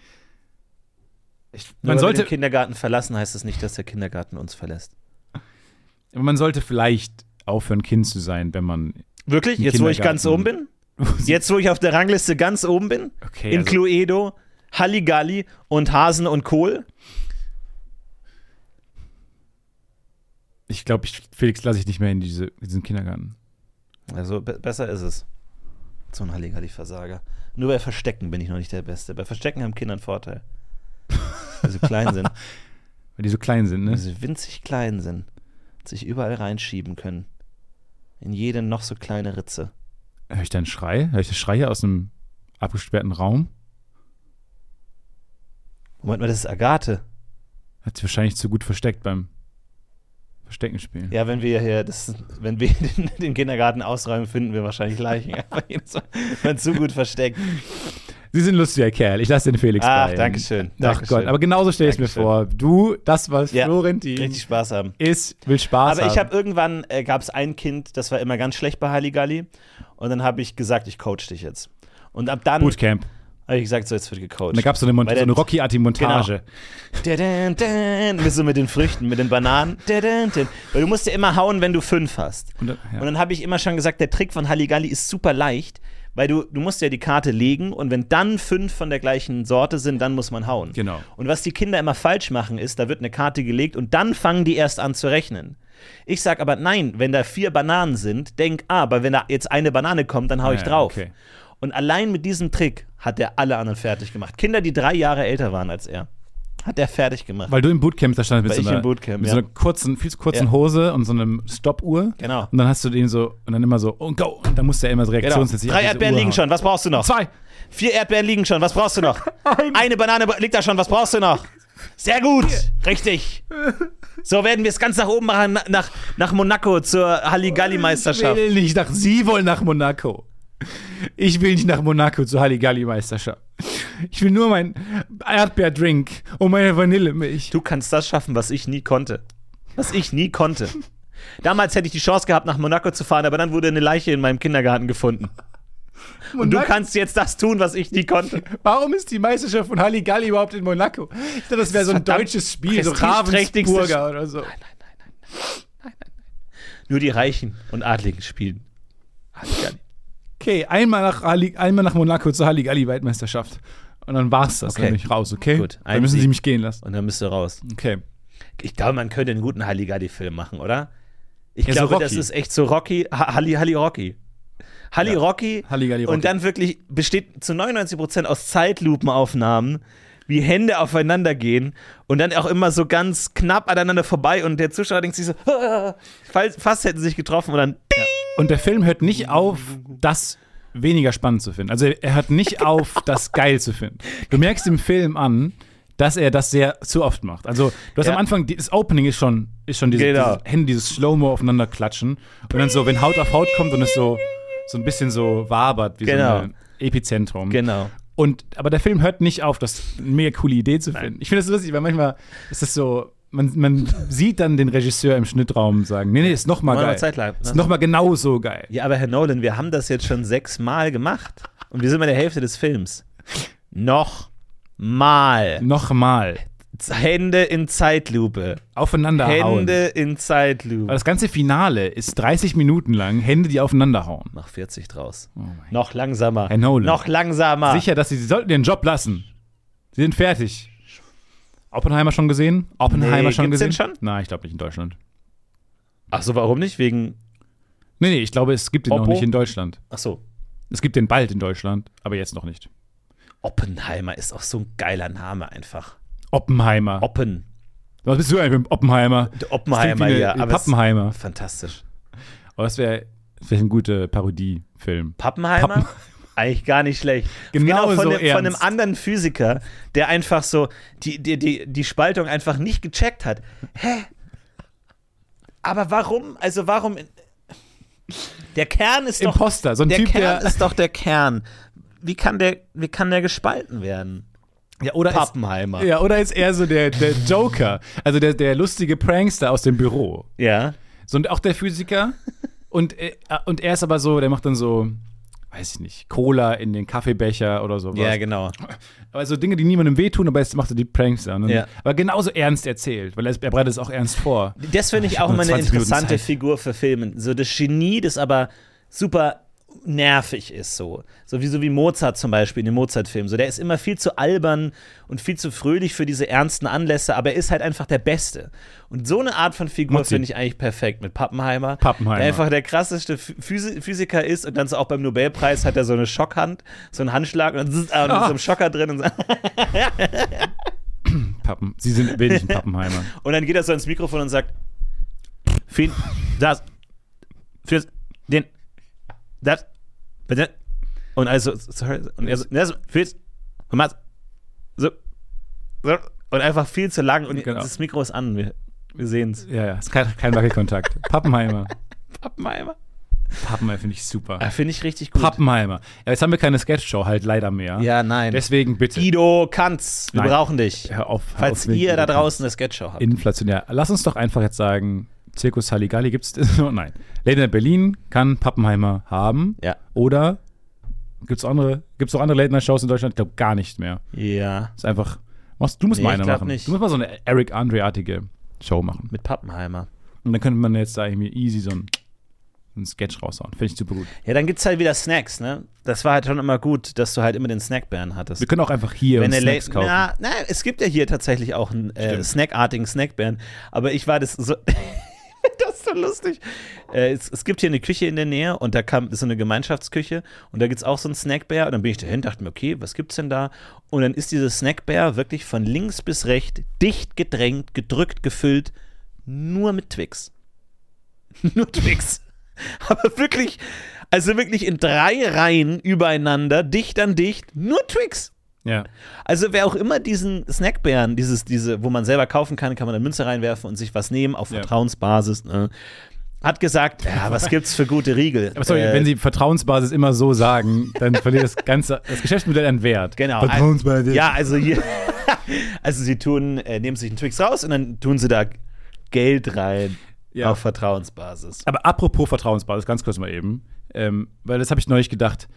S3: ich,
S4: Nur
S3: man
S4: weil wir
S3: sollte
S4: den Kindergarten verlassen, heißt es nicht, dass der Kindergarten uns verlässt.
S3: Aber man sollte vielleicht aufhören, Kind zu sein, wenn man.
S4: Wirklich?
S3: Im
S4: Jetzt, wo ich ganz oben
S3: Kindergarten.
S4: bin? Jetzt, wo ich auf der Rangliste ganz oben bin?
S3: Okay.
S4: In
S3: also,
S4: Cluedo, Halligalli und Hasen und Kohl?
S3: ich glaube, ich, Felix lasse ich nicht mehr in, diese, in diesen Kindergarten.
S4: Also be besser ist es. So ein Halligalli-Versager. Nur bei Verstecken bin ich noch nicht der Beste. Bei Verstecken haben Kinder einen Vorteil. Weil sie klein sind.
S3: Weil die so klein sind,
S4: Weil
S3: ne?
S4: sie winzig klein sind. Und sich überall reinschieben können. in jede noch so kleine Ritze.
S3: Hör ich da einen Schrei? Hör ich einen Schrei hier aus einem abgesperrten Raum?
S4: Moment mal, das ist Agathe.
S3: Hat sie wahrscheinlich zu gut versteckt beim Versteckenspielen.
S4: Ja, wenn wir hier, das, wenn wir den, den Kindergarten ausräumen, finden wir wahrscheinlich Leichen. Aber jedes Mal, wenn zu gut versteckt.
S3: Sie sind ein lustiger Kerl. Ich lasse den Felix
S4: Ach,
S3: bei.
S4: danke schön,
S3: Ach
S4: danke
S3: Gott,
S4: schön.
S3: aber genauso stelle ich es mir
S4: Dankeschön.
S3: vor. Du, das, was
S4: Ja,
S3: Florentin
S4: Richtig Spaß haben.
S3: ist, will Spaß
S4: Aber ich
S3: haben.
S4: habe irgendwann, äh, gab es ein Kind, das war immer ganz schlecht bei Halligalli. Und dann habe ich gesagt, ich coach dich jetzt. Und ab dann habe
S3: Bootcamp.
S4: ich gesagt, so jetzt wird gecoacht.
S3: Und da gab es so eine, Mont-
S4: Weil
S3: so eine
S4: der- Genau.
S3: Rocky-Arti-Montage.
S4: Dadun, dadun, mit so mit den Früchten, mit den Bananen. Dadun, dadun. Weil du musst ja immer hauen, wenn du fünf hast.
S3: Und
S4: Und,
S3: da- ja.
S4: dann habe ich immer schon gesagt, der Trick von Halligalli ist super leicht, weil du, du musst ja die Karte legen und wenn dann fünf von der gleichen Sorte sind, dann muss man hauen.
S3: Genau.
S4: Und was die Kinder immer falsch machen, ist, da wird eine Karte gelegt und dann fangen die erst an zu rechnen. Ich sag aber nein, wenn da vier Bananen sind, denk, ah, aber wenn da jetzt eine Banane kommt, dann hau ich
S3: Ja,
S4: drauf.
S3: okay.
S4: Und allein mit diesem Trick hat er alle anderen fertig gemacht. Kinder, die drei Jahre älter waren als er, hat er fertig gemacht.
S3: Weil du im Bootcamp da standest mit,
S4: Weil
S3: so
S4: ich
S3: einer,
S4: im Bootcamp,
S3: mit
S4: ja.
S3: so einer kurzen, viel zu kurzen
S4: Ja.
S3: Hose und so einem Stoppuhr.
S4: Genau.
S3: Und dann hast du den so, und dann immer so, und go. Und dann musste er immer so
S4: Genau.
S3: reaktionsmäßig auf
S4: Drei
S3: diese
S4: Erdbeeren
S3: Uhr
S4: liegen
S3: hauen.
S4: schon, was brauchst du noch?
S3: Zwei.
S4: Vier Erdbeeren liegen schon, was brauchst du noch? Eine Banane liegt da schon, was brauchst du noch? Sehr gut, richtig. So werden wir es ganz nach oben machen, na- nach, nach Monaco zur
S3: Ich
S4: Halligalli-Meisterschaft.
S3: will nicht nach, sie wollen nach Monaco. Ich will nicht nach Monaco zur Halligalli-Meisterschaft. Ich will nur meinen Erdbeerdrink und meine Vanillemilch.
S4: Du kannst das schaffen, was ich nie konnte. Was ich nie konnte. Damals hätte ich die Chance gehabt, nach Monaco zu fahren, aber dann wurde eine Leiche in meinem Kindergarten gefunden. Und du
S3: Monaco-
S4: kannst jetzt das tun, was ich nie konnte.
S3: Warum ist die Meisterschaft von Halligalli überhaupt in Monaco? Ich dachte, das wäre so ein
S4: Verdammt
S3: deutsches Spiel, so
S4: prestigeträchtigste
S3: Ravensburger oder so.
S4: Nur die Reichen und Adligen spielen. Halligalli.
S3: Okay, einmal nach, Halli, einmal nach Monaco zur Halligalli-Weltmeisterschaft. Und dann war's das.
S4: Okay.
S3: Dann bin ich raus, okay?
S4: Gut,
S3: Dann
S4: ein
S3: müssen sie
S4: Sieg.
S3: mich gehen lassen.
S4: Und dann bist du raus.
S3: Okay.
S4: Ich glaube, man könnte einen guten Halligalli-Film machen, oder? Ich
S3: Ja, so
S4: glaube,
S3: Rocky.
S4: das ist echt so Rocky, Ha- Halli, Halli Rocky. Halli Rocky.
S3: Halligalli Rocky.
S4: Und dann wirklich besteht zu 99% aus Zeitlupenaufnahmen, wie Hände aufeinander gehen und dann auch immer so ganz knapp aneinander vorbei und der Zuschauer denkt sich so, "Ah." Fall- fast hätten sie sich getroffen und dann
S3: Und der Film hört nicht auf, das weniger spannend zu finden. Also er hört nicht auf, das geil zu finden. Du merkst im Film an, dass er das sehr zu oft macht. Also du hast
S4: Ja.
S3: am Anfang, die- das Opening ist schon, ist schon diese,
S4: Genau.
S3: dieses Hände, dieses Slow-Mo aufeinander klatschen. Und dann so, wenn Haut auf Haut kommt und es so, so ein bisschen so wabert, wie
S4: Genau.
S3: so ein Epizentrum.
S4: Genau.
S3: Und, aber der Film hört nicht auf, das eine mega coole Idee zu finden. Ich finde das so lustig, weil manchmal ist das so, man, man sieht dann den Regisseur im Schnittraum sagen, nee, nee, ist nochmal
S4: Wollen wir
S3: geil.
S4: noch Zeit ne? bleiben?
S3: Ist nochmal genauso geil.
S4: Ja, aber Herr Nolan, wir haben das jetzt schon sechsmal gemacht und wir sind bei der Hälfte des Films. Noch mal.
S3: Nochmal.
S4: Hände in Zeitlupe.
S3: Aufeinander hauen.
S4: Hände in
S3: Weil
S4: Zeitlupe.
S3: das ganze Finale ist 30 Minuten lang Hände, die aufeinander hauen.
S4: Mach 40 draus.
S3: Oh mein
S4: Noch langsamer.
S3: Herr Nolan.
S4: Noch langsamer.
S3: Sicher, dass sie, sie sollten den Job lassen. Sie sind fertig. Oppenheimer schon gesehen? Oppenheimer
S4: Nee,
S3: schon
S4: gibt's den
S3: gesehen?
S4: schon?
S3: Nein, ich glaube nicht in Deutschland.
S4: Ach so, warum nicht? Wegen.
S3: Nee, nee, ich glaube, es gibt den noch
S4: Oppo?
S3: nicht in Deutschland.
S4: Ach so.
S3: Es gibt den bald in Deutschland, aber jetzt noch nicht.
S4: Oppenheimer ist auch so ein geiler Name einfach.
S3: Oppenheimer.
S4: Oppen.
S3: Was bist du eigentlich mit Oppenheimer?
S4: Der
S3: Das klingt wie
S4: Oppenheimer,
S3: eine-
S4: ja.
S3: wie
S4: Aber es-
S3: Pappenheimer.
S4: Fantastisch.
S3: Aber das wäre wär ein guter Parodiefilm.
S4: Pappenheimer?
S3: Pappen-
S4: Eigentlich gar nicht schlecht.
S3: Genau
S4: von,
S3: so
S4: dem, von einem
S3: ernst.
S4: anderen Physiker, der einfach so die, die, die, die Spaltung einfach nicht gecheckt hat. Hä? Aber warum? Also warum? Der Kern ist doch
S3: Imposter, so ein
S4: der
S3: Typ,
S4: Kern
S3: der.
S4: ist doch der Kern. Wie kann der, wie kann der gespalten werden?
S3: Ja, oder ist,
S4: Pappenheimer.
S3: ja, oder ist er so der, der Joker, also der, der lustige Prankster aus dem Büro.
S4: Ja.
S3: So, und auch der Physiker. Und, äh, und er ist aber so, der macht dann so, weiß ich nicht, Cola in den Kaffeebecher oder sowas.
S4: Ja, genau.
S3: aber so Dinge, die niemandem wehtun, aber jetzt macht er die Pranks dann.
S4: Ja.
S3: Aber genauso ernst erzählt, weil er, er bereitet es auch ernst vor.
S4: Das finde ich
S3: hab
S4: auch
S3: nur
S4: immer eine
S3: 20 Minuten
S4: interessante
S3: Zeit.
S4: Figur für Filmen. So das Genie, das aber super nervig ist so. So wie, so wie Mozart zum Beispiel in den Mozart-Filmen. So, der ist immer viel zu albern und viel zu fröhlich für diese ernsten Anlässe, aber er ist halt einfach der Beste. Und so eine Art von Figur
S3: Mozzi.
S4: finde ich eigentlich perfekt mit Pappenheimer.
S3: Pappenheimer.
S4: Der einfach der krasseste Physi Physiker ist und dann so auch beim Nobelpreis hat er so eine Schockhand, so einen Handschlag und dann zzt, ah, und mit so einem Schocker drin und so.
S3: Pappen. Sie sind wenig ein Pappenheimer.
S4: Und dann geht er so ins Mikrofon und sagt: Vielen, das, fürs, that, but that, und also, sorry, und er so, das viel, und Mats, so, so, und einfach viel zu lang und
S3: Genau.
S4: das Mikro ist an, wir, wir sehen's.
S3: Ja, ja, ist kein, kein Wackelkontakt. Pappenheimer.
S4: Pappenheimer.
S3: Pappenheimer finde ich super.
S4: Ah, Finde ich richtig gut.
S3: Pappenheimer. Ja, jetzt haben wir keine Sketchshow halt leider mehr.
S4: ja, nein.
S3: Deswegen bitte.
S4: Guido Kanz, wir
S3: Nein.
S4: brauchen dich.
S3: Hör auf. Hör
S4: Falls
S3: auf wegen
S4: ihr da
S3: Guido Kanz.
S4: draußen eine Sketchshow habt.
S3: Inflationär. Lass uns doch einfach jetzt sagen, Zirkus Halligalli gibt's Oh, nein. Late Night Berlin kann Pappenheimer haben.
S4: Ja.
S3: Oder gibt's andere, gibt's auch andere Late Night Shows in Deutschland? Ich glaube gar nicht mehr.
S4: Ja.
S3: Ist einfach. Machst, du musst
S4: Nee,
S3: mal
S4: ich
S3: eine
S4: glaub
S3: machen.
S4: nicht.
S3: Du musst mal so eine Eric Andre-artige Show machen.
S4: Mit Pappenheimer.
S3: Und dann könnte man jetzt da irgendwie easy so einen, einen Sketch raushauen. Finde ich super gut.
S4: Ja, dann gibt's halt wieder Snacks, ne? Das war halt schon immer gut, dass du halt immer den Snackbären hattest.
S3: Wir können auch einfach hier
S4: Wenn
S3: uns
S4: der
S3: Snacks
S4: Late,
S3: kaufen.
S4: na, na, es gibt ja hier tatsächlich auch einen äh,
S3: Stimmt.
S4: snackartigen Snackbären. Aber ich war das so. das ist so lustig. Äh, es, es gibt hier eine Küche in der Nähe und da kam ist so eine Gemeinschaftsküche und da gibt es auch so einen Snackbär. Und dann bin ich dahin, dachte mir, okay, was gibt's denn da? Und dann ist dieser Snackbär wirklich von links bis rechts dicht gedrängt, gedrückt, gefüllt, nur mit Twix. nur Twix. Aber wirklich, also wirklich in drei Reihen übereinander, dicht an dicht, nur Twix.
S3: Ja.
S4: Also wer auch immer diesen Snackbären, dieses, diese, wo man selber kaufen kann, kann man eine Münze reinwerfen und sich was nehmen auf
S3: Ja.
S4: Vertrauensbasis. Ne? Hat gesagt, ja, was gibt's für gute Riegel?
S3: Aber sorry,
S4: Äh,
S3: wenn sie Vertrauensbasis immer so sagen, dann verliert das ganze das Geschäftsmodell an Wert.
S4: Genau.
S3: Vertrauensbasis.
S4: ja, also hier, also sie tun, äh, nehmen sich einen Twix raus und dann tun sie da Geld rein
S3: Ja.
S4: auf Vertrauensbasis.
S3: Aber apropos Vertrauensbasis, ganz kurz mal eben, ähm, weil das habe ich neulich gedacht,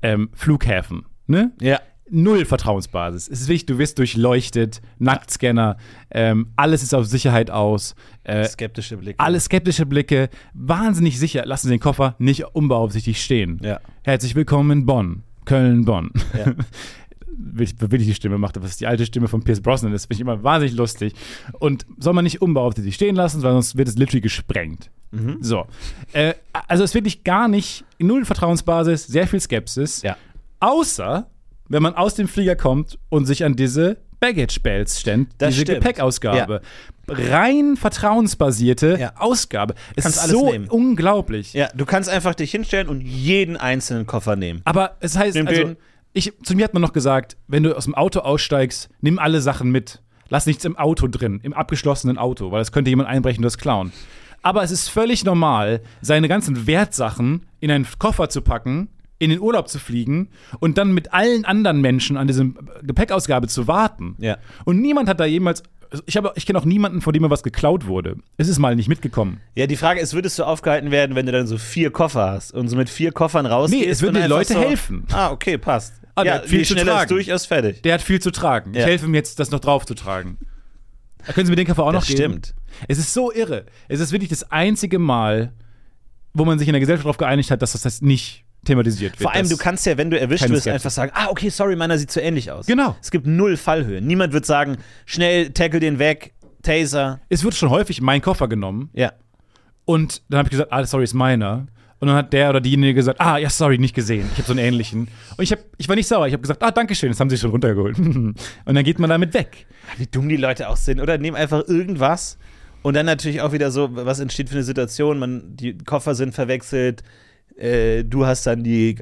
S3: ähm, Flughäfen, ne?
S4: Ja.
S3: Null Vertrauensbasis. Es ist wichtig, du wirst durchleuchtet, Nacktscanner, ähm, alles ist auf Sicherheit aus, äh,
S4: Skeptische Blicke.
S3: alle skeptische Blicke, wahnsinnig sicher, lassen Sie den Koffer nicht unbeaufsichtigt stehen.
S4: Ja.
S3: Herzlich willkommen in Bonn, Köln, Bonn. Will ich, will ich die Stimme macht, aber es ist die alte Stimme von Pierce Brosnan, das finde ich immer wahnsinnig lustig. Und soll man nicht unbeaufsichtigt stehen lassen, weil sonst wird es literally gesprengt.
S4: Mhm.
S3: So. Äh, also es ist wirklich gar nicht, null Vertrauensbasis, sehr viel Skepsis.
S4: Ja.
S3: Außer, wenn man aus dem Flieger kommt und sich an diese Baggage Bells stemmt,
S4: Das
S3: diese
S4: stimmt.
S3: Gepäckausgabe. Rein vertrauensbasierte
S4: Ja.
S3: Ausgabe. Es
S4: Kannst
S3: ist
S4: alles
S3: so
S4: nehmen.
S3: unglaublich.
S4: Ja, du kannst einfach dich hinstellen und jeden einzelnen Koffer nehmen.
S3: Aber es heißt,
S4: Nimm
S3: also,
S4: den.
S3: ich, zu mir hat man noch gesagt, wenn du aus dem Auto aussteigst, nimm alle Sachen mit. Lass nichts im Auto drin, im abgeschlossenen Auto, weil das könnte jemand einbrechen und das klauen. Aber es ist völlig normal, seine ganzen Wertsachen in einen Koffer zu packen, in den Urlaub zu fliegen und dann mit allen anderen Menschen an diesem Gepäckausgabe zu warten.
S4: Ja.
S3: Und niemand hat da jemals. also Ich, habe- ich kenne auch niemanden, von dem mir was geklaut wurde. Es ist mal nicht mitgekommen.
S4: Ja, die Frage ist, würdest du aufgehalten werden, wenn du dann so vier Koffer hast und so mit vier Koffern rausgehst?
S3: Nee, es würden
S4: und
S3: die
S4: einfach
S3: Leute
S4: so,
S3: helfen.
S4: Ah, okay, passt.
S3: Ah, der
S4: ja,
S3: hat viel
S4: viel
S3: zu
S4: schneller
S3: tragen.
S4: ist durchaus fertig.
S3: Der hat viel zu tragen.
S4: Ja.
S3: Ich helfe ihm jetzt, das noch drauf zu tragen. Können Sie mir den Koffer auch
S4: Das
S3: noch geben?
S4: stimmt.
S3: Es ist so irre. Es ist wirklich das einzige Mal, wo man sich in der Gesellschaft darauf geeinigt hat, dass das, das nicht thematisiert wird.
S4: Vor allem,
S3: das,
S4: du kannst ja, wenn du erwischt
S3: keine
S4: wirst,
S3: Skepsis.
S4: einfach sagen, ah, okay, sorry, meiner sieht so ähnlich aus.
S3: Genau.
S4: Es gibt null Fallhöhe. Niemand wird sagen, schnell, tackle den weg, Taser.
S3: Es wird schon häufig mein Koffer genommen
S4: Ja.
S3: und dann habe ich gesagt, ah, sorry, ist meiner. Und dann hat der oder diejenige gesagt, ah, ja, sorry, nicht gesehen. Ich habe so einen ähnlichen. Und ich, hab, ich war nicht sauer. Ich habe gesagt, ah, danke schön, das haben sie schon runtergeholt. und dann geht man damit weg.
S4: Wie dumm die Leute auch sind. Oder nehmen einfach irgendwas und dann natürlich auch wieder so, was entsteht für eine Situation. Man, die Koffer sind verwechselt. Äh, du hast dann die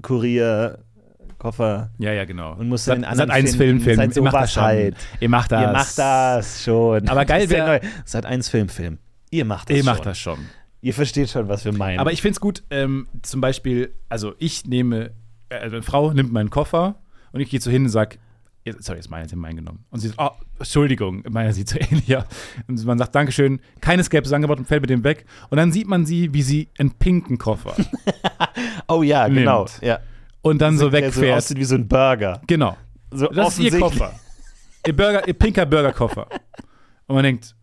S4: Drogenkurier-Koffer.
S3: Ja, ja, genau.
S4: Und musst dann den anderen
S3: Sat 1 Film
S4: finden.
S3: filmen.
S4: Seid
S3: Ihr macht das schon.
S4: Oberscheid.
S3: Ihr macht das.
S4: Ihr macht das schon.
S3: Aber geil
S4: Das ist der
S3: wär-
S4: neue. Seit eins Filmfilm. Ihr macht das
S3: Ihr macht
S4: schon.
S3: das schon.
S4: Ihr versteht schon, was wir meinen.
S3: Aber ich finde es gut, ähm, zum Beispiel, also ich nehme, äh, also eine Frau nimmt meinen Koffer und ich gehe zu hin und sage, sorry, ist meiner, sie haben meinen genommen. Und sie sagt, oh, Entschuldigung, meiner sieht so ähnlich aus. Und man sagt, Dankeschön, keine Skepsis angebaut und fällt mit dem weg. Und dann sieht man sie, wie sie einen pinken Koffer
S4: oh ja,
S3: Nimmt.
S4: genau. Ja.
S3: und dann so
S4: Der so
S3: wegfährt.
S4: aussieht wie so ein Burger.
S3: genau.
S4: So
S3: Das ist ihr
S4: offensichtlich-
S3: Koffer. ihr, Burger, ihr pinker Burgerkoffer. Und man denkt,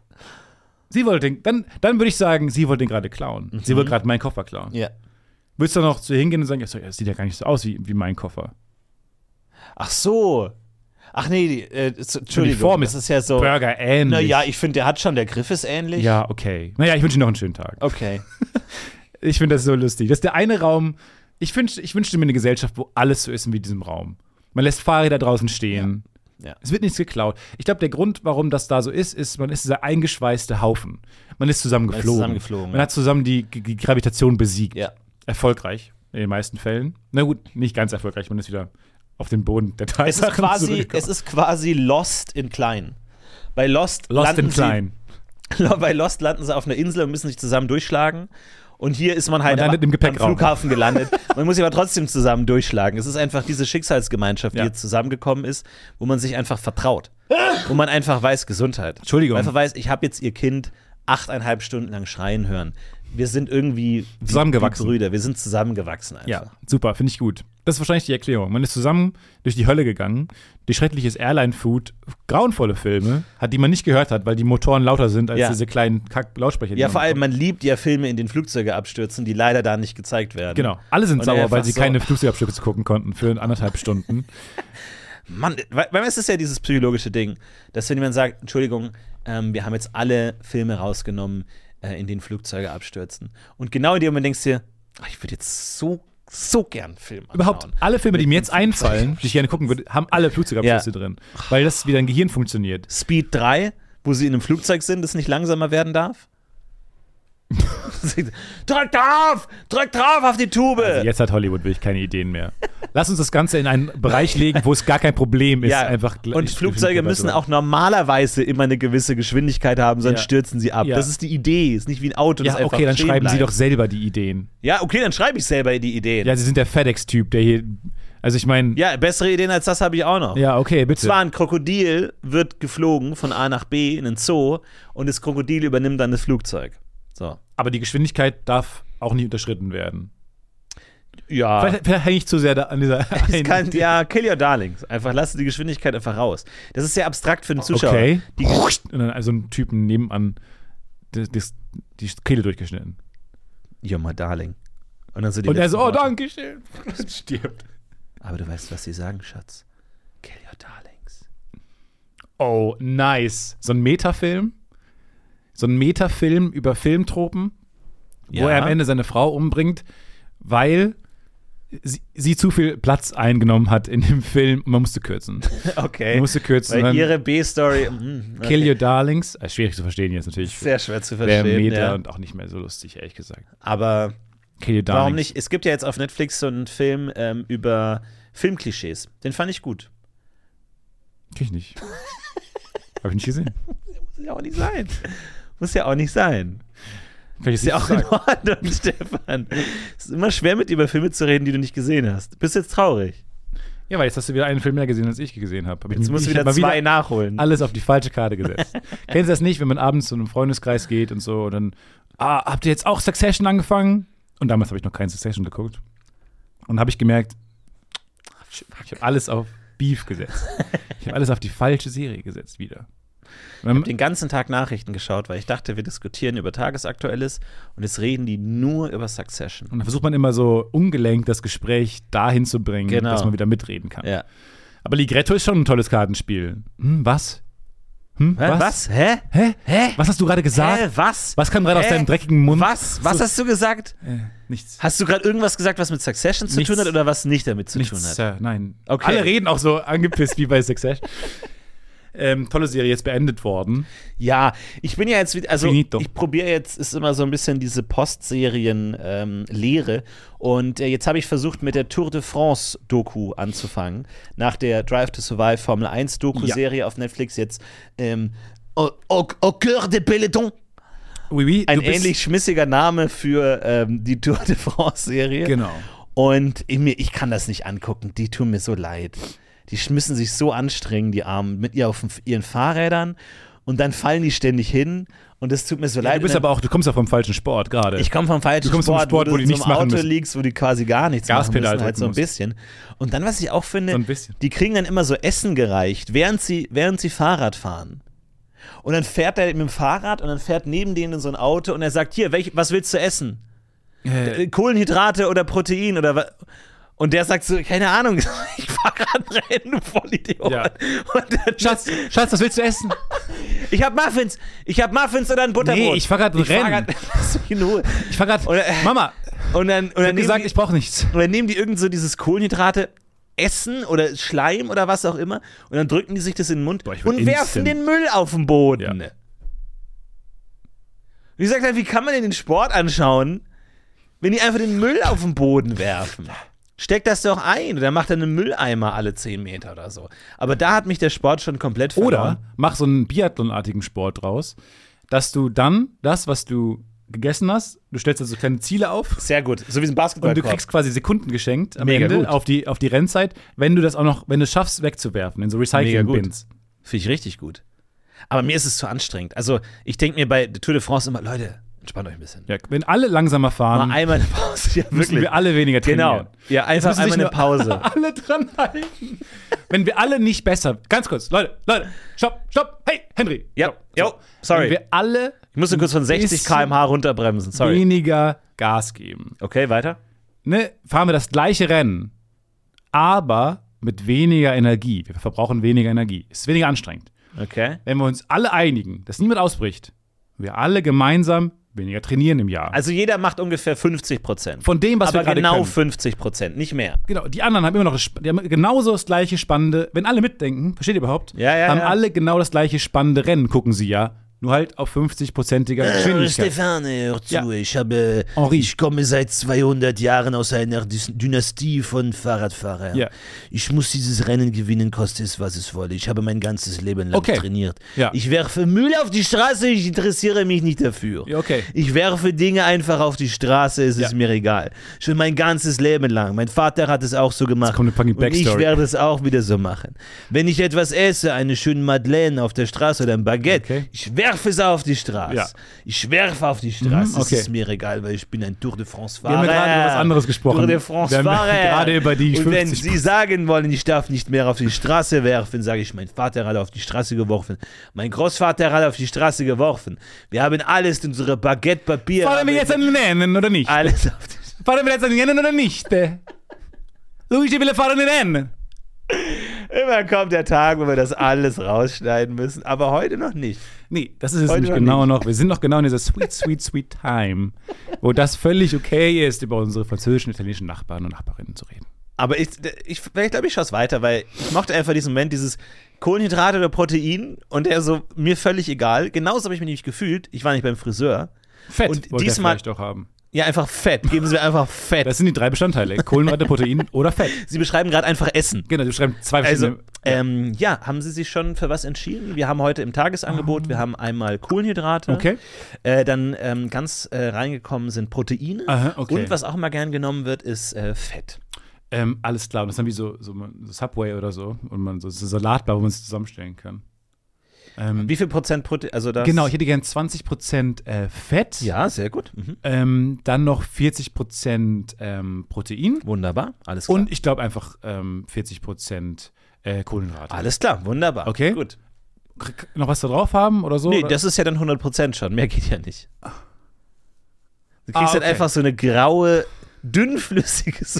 S3: sie wollte den, dann, dann würde ich sagen, sie wollte den gerade klauen. Sie wollte gerade meinen Koffer klauen.
S4: Mhm. Ja.
S3: Würdest du dann noch zu ihr hingehen und sagen, ja, sorry, das sieht ja gar nicht so aus wie, wie mein Koffer.
S4: Ach so. Ach nee, die, äh, so- Entschuldigung.
S3: Uniform ist
S4: das ist ja so.
S3: Burger ähnlich.
S4: Naja, ich finde, der hat schon, der Griff ist ähnlich.
S3: ja, okay. Naja, ich wünsche Ihnen noch einen schönen Tag.
S4: Okay.
S3: Ich finde das so lustig. Das ist der eine Raum. Ich wünschte ich wünschte mir eine Gesellschaft, wo alles so ist wie in diesem Raum. Man lässt Fahrräder draußen stehen.
S4: Ja. Ja.
S3: Es wird nichts geklaut. Ich glaube, der Grund, warum das da so ist, ist, man ist dieser eingeschweißte Haufen. Man ist zusammengeflogen.
S4: zusammengeflogen,
S3: Man
S4: ja.
S3: hat zusammen die, die Gravitation besiegt.
S4: Ja.
S3: erfolgreich in den meisten Fällen. Na gut, nicht ganz erfolgreich, man ist wieder auf den Boden der Tatsachen
S4: Es ist, quasi,
S3: zurückgekommen.
S4: es ist quasi Lost in klein. Bei Lost,
S3: Lost
S4: landen
S3: in Klein.
S4: Sie, bei Lost landen sie auf einer Insel und müssen sich zusammen durchschlagen. Und hier ist man halt
S3: Man
S4: am,
S3: landet im
S4: am
S3: Gepäckraum.
S4: Flughafen gelandet. Man muss sich aber trotzdem zusammen durchschlagen. Es ist einfach diese Schicksalsgemeinschaft,
S3: Ja.
S4: die jetzt zusammengekommen ist, wo man sich einfach vertraut. wo man einfach weiß, Gesundheit.
S3: Entschuldigung.
S4: Einfach weiß, ich habe jetzt ihr Kind achteinhalb Stunden lang schreien hören. Wir sind irgendwie wie-
S3: Zusammengewachsen.
S4: Wie Brüder, wir sind zusammengewachsen einfach.
S3: Ja, super, finde ich gut. Das ist wahrscheinlich die Erklärung. Man ist zusammen durch die Hölle gegangen, durch schreckliches Airline-Food, grauenvolle Filme, hat die man nicht gehört hat, weil die Motoren lauter sind als
S4: Ja.
S3: diese kleinen Kack-Lautsprecher. die
S4: Ja,
S3: man
S4: vor allem,
S3: bekommt.
S4: man liebt ja Filme, in denen Flugzeuge abstürzen, die leider da nicht gezeigt werden.
S3: Genau, alle sind
S4: Und
S3: sauer,
S4: einfach
S3: weil sie
S4: so-
S3: keine Flugzeugabstürze gucken konnten für anderthalb Stunden.
S4: Mann, weil, weil es ist ja dieses psychologische Ding, dass wenn jemand sagt, Entschuldigung, ähm, wir haben jetzt alle Filme rausgenommen, äh, in denen Flugzeuge abstürzen. Und genau in dem Moment denkst du dir, ach, ich würde jetzt so, so gern einen Film anschauen.
S3: Überhaupt alle Filme, die mir jetzt einfallen, die ich gerne gucken würde, haben alle Flugzeugabstürze
S4: Ja.
S3: drin, weil das wieder ein Gehirn funktioniert.
S4: Speed 3, wo sie in einem Flugzeug sind, das nicht langsamer werden darf. Sie- drück drauf! Drück drauf auf die Tube!
S3: Also Jetzt hat Hollywood wirklich keine Ideen mehr. Lass uns das Ganze in einen Bereich legen, wo es gar kein Problem ist.
S4: ja,
S3: einfach gl-
S4: und
S3: ich-
S4: Flugzeuge müssen auch normalerweise immer eine gewisse Geschwindigkeit haben, sonst
S3: Ja. stürzen
S4: stürzen sie ab.
S3: Ja. Das
S4: Das
S3: ist
S4: ist die Idee, ist nicht wie ein Auto,
S3: Ja, okay, dann schreiben Sie doch selber die Ideen.
S4: Ja, okay, dann schreibe ich selber die Ideen. Ja,
S3: Ja, sie sind der FedEx-Typ, der hier. Also ich meine. Ja.
S4: bessere Ideen als das habe ich auch noch.
S3: okay, bitte.
S4: Zwar ein Krokodil wird geflogen von A nach B in den Zoo und das Krokodil übernimmt dann das Flugzeug. So.
S3: aber die Geschwindigkeit darf auch nicht unterschritten werden.
S4: Ja.
S3: Ah. Vielleicht, vielleicht hänge ich zu sehr da an dieser.
S4: Es
S3: einen-
S4: kann, ja, kill your darlings. Einfach lass die Geschwindigkeit einfach raus. Das ist sehr abstrakt für den Zuschauer.
S3: okay.
S4: Die,
S3: Und dann also einen Typen nebenan die, die, die Kehle durchgeschnitten.
S4: you're my darling. Und dann so die
S3: Und er
S4: letzten
S3: so, oh,
S4: Worte.
S3: danke schön. Und stirbt.
S4: Aber du weißt, was sie sagen, Schatz. Kill your darlings.
S3: Oh, nice. So ein Metafilm. So ein Metafilm über Filmtropen, wo
S4: Ja.
S3: er am Ende seine Frau umbringt, weil sie, sie zu viel Platz eingenommen hat in dem Film und man musste kürzen.
S4: Okay.
S3: Man musste kürzen.
S4: Weil
S3: dann-
S4: ihre B-Story. mm, okay.
S3: Kill Your Darlings. Äh, schwierig zu verstehen jetzt natürlich.
S4: Sehr schwer zu
S3: Der
S4: verstehen.
S3: Meter
S4: Ja.
S3: und auch nicht mehr so lustig, ehrlich gesagt.
S4: Aber
S3: Kill Your Darlings.
S4: warum nicht? Es gibt ja jetzt auf Netflix so einen Film ähm, über Filmklischees. Den fand ich gut.
S3: Kenn ich nicht. Hab ich nicht gesehen.
S4: Muss ja auch nicht sein. Muss ja auch nicht sein.
S3: Kann ich jetzt
S4: Ist ja
S3: nicht
S4: auch in
S3: sagen.
S4: Ordnung, Stefan. Es ist immer schwer, mit dir über Filme zu reden, die du nicht gesehen hast. Bist jetzt traurig.
S3: Ja, weil jetzt hast du wieder einen Film mehr gesehen, als ich gesehen habe. Hab ich-
S4: Jetzt musst du
S3: ich hab
S4: wieder
S3: mal
S4: zwei nachholen.
S3: alles auf die falsche Karte gesetzt. Kennst du das nicht, wenn man abends zu einem Freundeskreis geht und so und dann, ah, habt ihr jetzt auch Succession angefangen? Und damals habe ich noch keinen Succession geguckt. Und habe ich gemerkt, ich habe alles auf Beef gesetzt. Ich habe alles auf die falsche Serie gesetzt wieder. Und dann-
S4: den ganzen Tag Nachrichten geschaut, weil ich dachte, wir diskutieren über Tagesaktuelles und jetzt reden die nur über Succession.
S3: Und dann versucht man immer so ungelenkt das Gespräch dahin zu bringen,
S4: Genau.
S3: dass man wieder mitreden kann.
S4: Ja.
S3: Aber Ligretto ist schon ein tolles Kartenspiel. Hm, was? Hm,
S4: Hä,
S3: was?
S4: was? Hä?
S3: Hä? Hä? Was hast du gerade gesagt?
S4: Hä? Was?
S3: Was kam gerade aus
S4: Hä?
S3: deinem dreckigen Mund?
S4: Was? Was
S3: So-
S4: hast du gesagt?
S3: Äh, Nichts.
S4: Hast du gerade irgendwas gesagt, was mit Succession zu
S3: Nichts.
S4: tun hat oder was nicht damit zu tun
S3: Nichts,
S4: hat?
S3: Sir, nein.
S4: Okay.
S3: Alle reden auch so angepisst wie bei Succession. Ähm, tolle Serie jetzt beendet worden.
S4: Ja, ich bin ja jetzt wieder, also
S3: Finito.
S4: ich probiere jetzt, ist immer so ein bisschen diese Postserien-Lehre. und äh, jetzt habe ich versucht, mit der Tour de France-Doku anzufangen. Nach der Drive to Survive Formel 1-Doku-Serie auf Netflix jetzt ähm, au, au, au cœur de Peloton.
S3: Oui, oui,
S4: Ein
S3: du bist-
S4: ähnlich schmissiger Name für ähm, die Tour de France-Serie.
S3: Genau.
S4: Und ich, mir, ich kann das nicht angucken. Die tun mir so leid. Die sch- müssen sich so anstrengen, die Armen, mit ihr auf dem, ihren Fahrrädern. Und dann fallen die ständig hin. Und das tut mir so leid.
S3: Du bist
S4: Und
S3: aber
S4: dann-
S3: auch, du kommst ja vom falschen Sport gerade.
S4: ich komme vom falschen
S3: Du kommst vom
S4: Sport,
S3: Sport,
S4: wo,
S3: wo
S4: du
S3: die
S4: in so
S3: nichts
S4: einem
S3: machen
S4: Auto
S3: müssen.
S4: liegst, wo die quasi gar nichts
S3: Gaspedal
S4: machen müssen, halt
S3: drücken
S4: so ein
S3: musst.
S4: bisschen. Und dann, was ich auch finde,
S3: So ein bisschen.
S4: die kriegen dann immer so Essen gereicht, während sie, während sie Fahrrad fahren. Und dann fährt er mit dem Fahrrad und dann fährt neben denen so ein Auto und er sagt, hier, welch, was willst du essen?
S3: Äh,
S4: Äh, Kohlenhydrate oder Protein oder was. Und der sagt so, keine Ahnung, ich fahr gerade rein, du Vollidiot.
S3: Ja.
S4: Und dann,
S3: Schatz, Schatz, was willst du essen?
S4: ich hab Muffins, ich hab Muffins oder ein Butterbrot.
S3: Nee, ich fahr grad ein
S4: fahr
S3: Rennen.
S4: grad- Lass mich in Ruhe.
S3: Ich war gerade.
S4: Oder, äh,
S3: Mama,
S4: Und dann, und
S3: ich
S4: dann,
S3: hab
S4: nehmen,
S3: gesagt,
S4: die,
S3: ich brauche nichts.
S4: und dann nehmen die irgend so dieses Kohlenhydrate Essen oder Schleim oder was auch immer und dann drücken die sich das in den Mund
S3: Boah, ich würd
S4: und werfen
S3: instant-
S4: den Müll auf den Boden.
S3: Ja.
S4: Und ich sag halt, wie kann man denn den Sport anschauen, Wenn die einfach den Müll auf den Boden werfen. Steck das doch ein und dann macht er einen Mülleimer alle 10 Meter oder so. Aber da hat mich der Sport schon komplett verloren.
S3: Oder mach so einen Biathlonartigen Sport draus, dass du dann das, was du gegessen hast, du stellst dir so kleine Ziele auf
S4: Sehr gut. So wie ein
S3: und du
S4: Basketballkorb.
S3: kriegst quasi Sekunden geschenkt am
S4: Mega
S3: Ende
S4: gut.
S3: auf die auf die Rennzeit, wenn du das auch noch, wenn du es schaffst wegzuwerfen in so Recycling Bins.
S4: Finde ich richtig gut. Aber mir ist es zu anstrengend. Also, ich denke mir bei der Tour de France immer, Leute, entspannt euch ein bisschen.
S3: Ja, wenn alle langsamer fahren,
S4: Mal einmal eine Pause. Ja,
S3: Ähm, müssen
S4: wirklich.
S3: wir alle weniger
S4: genau.
S3: trainieren.
S4: Ja, einfach
S3: müssen sich
S4: einmal eine Pause.
S3: alle dran halten. Wenn wir alle nicht besser, ganz kurz, Leute, Leute, stopp, stopp, hey, Henry.
S4: Ja,
S3: stopp,
S4: jo,
S3: stopp. Wenn
S4: sorry.
S3: wir alle
S4: Ich musste kurz von 60
S3: bisschen
S4: km/h runterbremsen. Sorry.
S3: weniger Gas geben,
S4: Okay, weiter.
S3: ne, fahren wir das gleiche Rennen, aber mit weniger Energie. Wir verbrauchen weniger Energie. Ist weniger anstrengend.
S4: Okay.
S3: Wenn wir uns alle einigen, dass niemand ausbricht, wir alle gemeinsam weniger trainieren im Jahr.
S4: Also, jeder macht ungefähr 50 Prozent.
S3: Von dem, was wir
S4: Aber
S3: gerade
S4: genau
S3: können.
S4: 50 Prozent, nicht mehr.
S3: Genau, die anderen haben immer noch das, Sp- die haben genauso das gleiche spannende, wenn alle mitdenken, versteht ihr überhaupt?
S4: Ja, ja,
S3: Haben
S4: ja.
S3: alle genau das gleiche spannende Rennen, gucken sie ja. Nur halt auf 50-prozentiger
S4: Äh,
S3: Geschwindigkeit.
S4: Stefane, hör zu,
S3: Ja. Oh.
S4: ich habe,
S3: Henri.
S4: ich komme seit 200 Jahren aus einer Dys- Dynastie von Fahrradfahrern.
S3: Ja.
S4: Ich muss dieses Rennen gewinnen, koste es, was es wolle. Ich habe mein ganzes Leben lang
S3: Okay.
S4: trainiert.
S3: Ja.
S4: Ich werfe Müll auf die Straße, ich interessiere mich nicht dafür.
S3: Ja, okay.
S4: Ich werfe Dinge einfach auf die Straße, es ist
S3: Ja.
S4: mir egal. Schon mein ganzes Leben lang. Mein Vater hat es auch so gemacht.
S3: kommt eine fucking
S4: Und ich
S3: Backstory.
S4: werde es auch wieder so machen. Wenn ich etwas esse, eine schöne Madeleine auf der Straße oder ein Baguette,
S3: Okay.
S4: ich werfe es auf die Straße.
S3: Ja.
S4: Ich werfe auf die Straße.
S3: Mhm, okay.
S4: Es ist mir egal, weil ich bin ein Tour de
S3: Wir
S4: France-Fahrer.
S3: haben ja gerade über was anderes gesprochen.
S4: Tour de
S3: Wir haben ja
S4: France-Fahrer.
S3: gerade über die
S4: Und wenn
S3: 50
S4: Sie sagen wollen, ich darf nicht mehr auf die Straße werfen, sage ich, mein Vater hat auf die Straße geworfen. Mein Großvater hat auf die Straße geworfen. Wir haben alles in unsere Baguette-Papier.
S3: Fahren wir jetzt einen Rennen oder nicht?
S4: alles auf die
S3: Fahren wir jetzt einen Rennen oder nicht? äh? Luigi will fahren ein Rennen.
S4: Immer kommt der Tag, wo wir das alles rausschneiden müssen. Aber heute noch nicht.
S3: Nee, das ist es
S4: Heute
S3: nämlich
S4: noch
S3: genau noch. Wir sind noch genau in dieser sweet, sweet, sweet time, wo das völlig okay ist, über unsere französischen, italienischen Nachbarn und Nachbarinnen zu reden.
S4: Aber ich, ich, ich glaube, ich schaue es weiter, weil ich mochte einfach diesen Moment, dieses Kohlenhydrat oder Protein und der so, mir völlig egal. Genauso habe ich mich nämlich gefühlt. Ich war nicht beim Friseur.
S3: Fett
S4: Und
S3: wollte er
S4: diesmal-
S3: vielleicht auch haben.
S4: Ja, einfach Fett. Geben Sie mir einfach Fett.
S3: Das sind die drei Bestandteile: Kohlenhydrate, Protein oder Fett.
S4: Sie beschreiben gerade einfach Essen.
S3: Genau, du schreibst zwei
S4: Also,
S3: verschiedene.
S4: ähm, ja, haben Sie sich schon für was entschieden? Wir haben heute im Tagesangebot, wir haben einmal Kohlenhydrate.
S3: Ah. Okay.
S4: Äh, dann ähm, ganz äh, reingekommen sind Proteine.
S3: Aha, okay.
S4: Und was auch immer gern genommen wird, ist äh, Fett.
S3: Ähm, alles klar, und das ist dann wie so, so, so Subway oder so. Und man so, so Salatbar, wo man es zusammenstellen kann. Ähm,
S4: Wie viel Prozent Protein? Also das
S3: genau, ich hätte gern 20% äh, Fett,
S4: Ja, sehr gut. Mhm.
S3: ähm, dann noch 40% ähm, Protein
S4: Wunderbar, alles klar.
S3: und ich glaube einfach ähm, 40% äh, Kohlenhydrate.
S4: alles klar, wunderbar.
S3: Okay.
S4: Gut.
S3: K- Noch was da drauf haben oder so?
S4: Nee,
S3: oder?
S4: das ist ja dann 100% schon. Mehr geht ja nicht. Du kriegst
S3: Ah,
S4: halt
S3: okay.
S4: einfach so eine graue, dünnflüssige, so,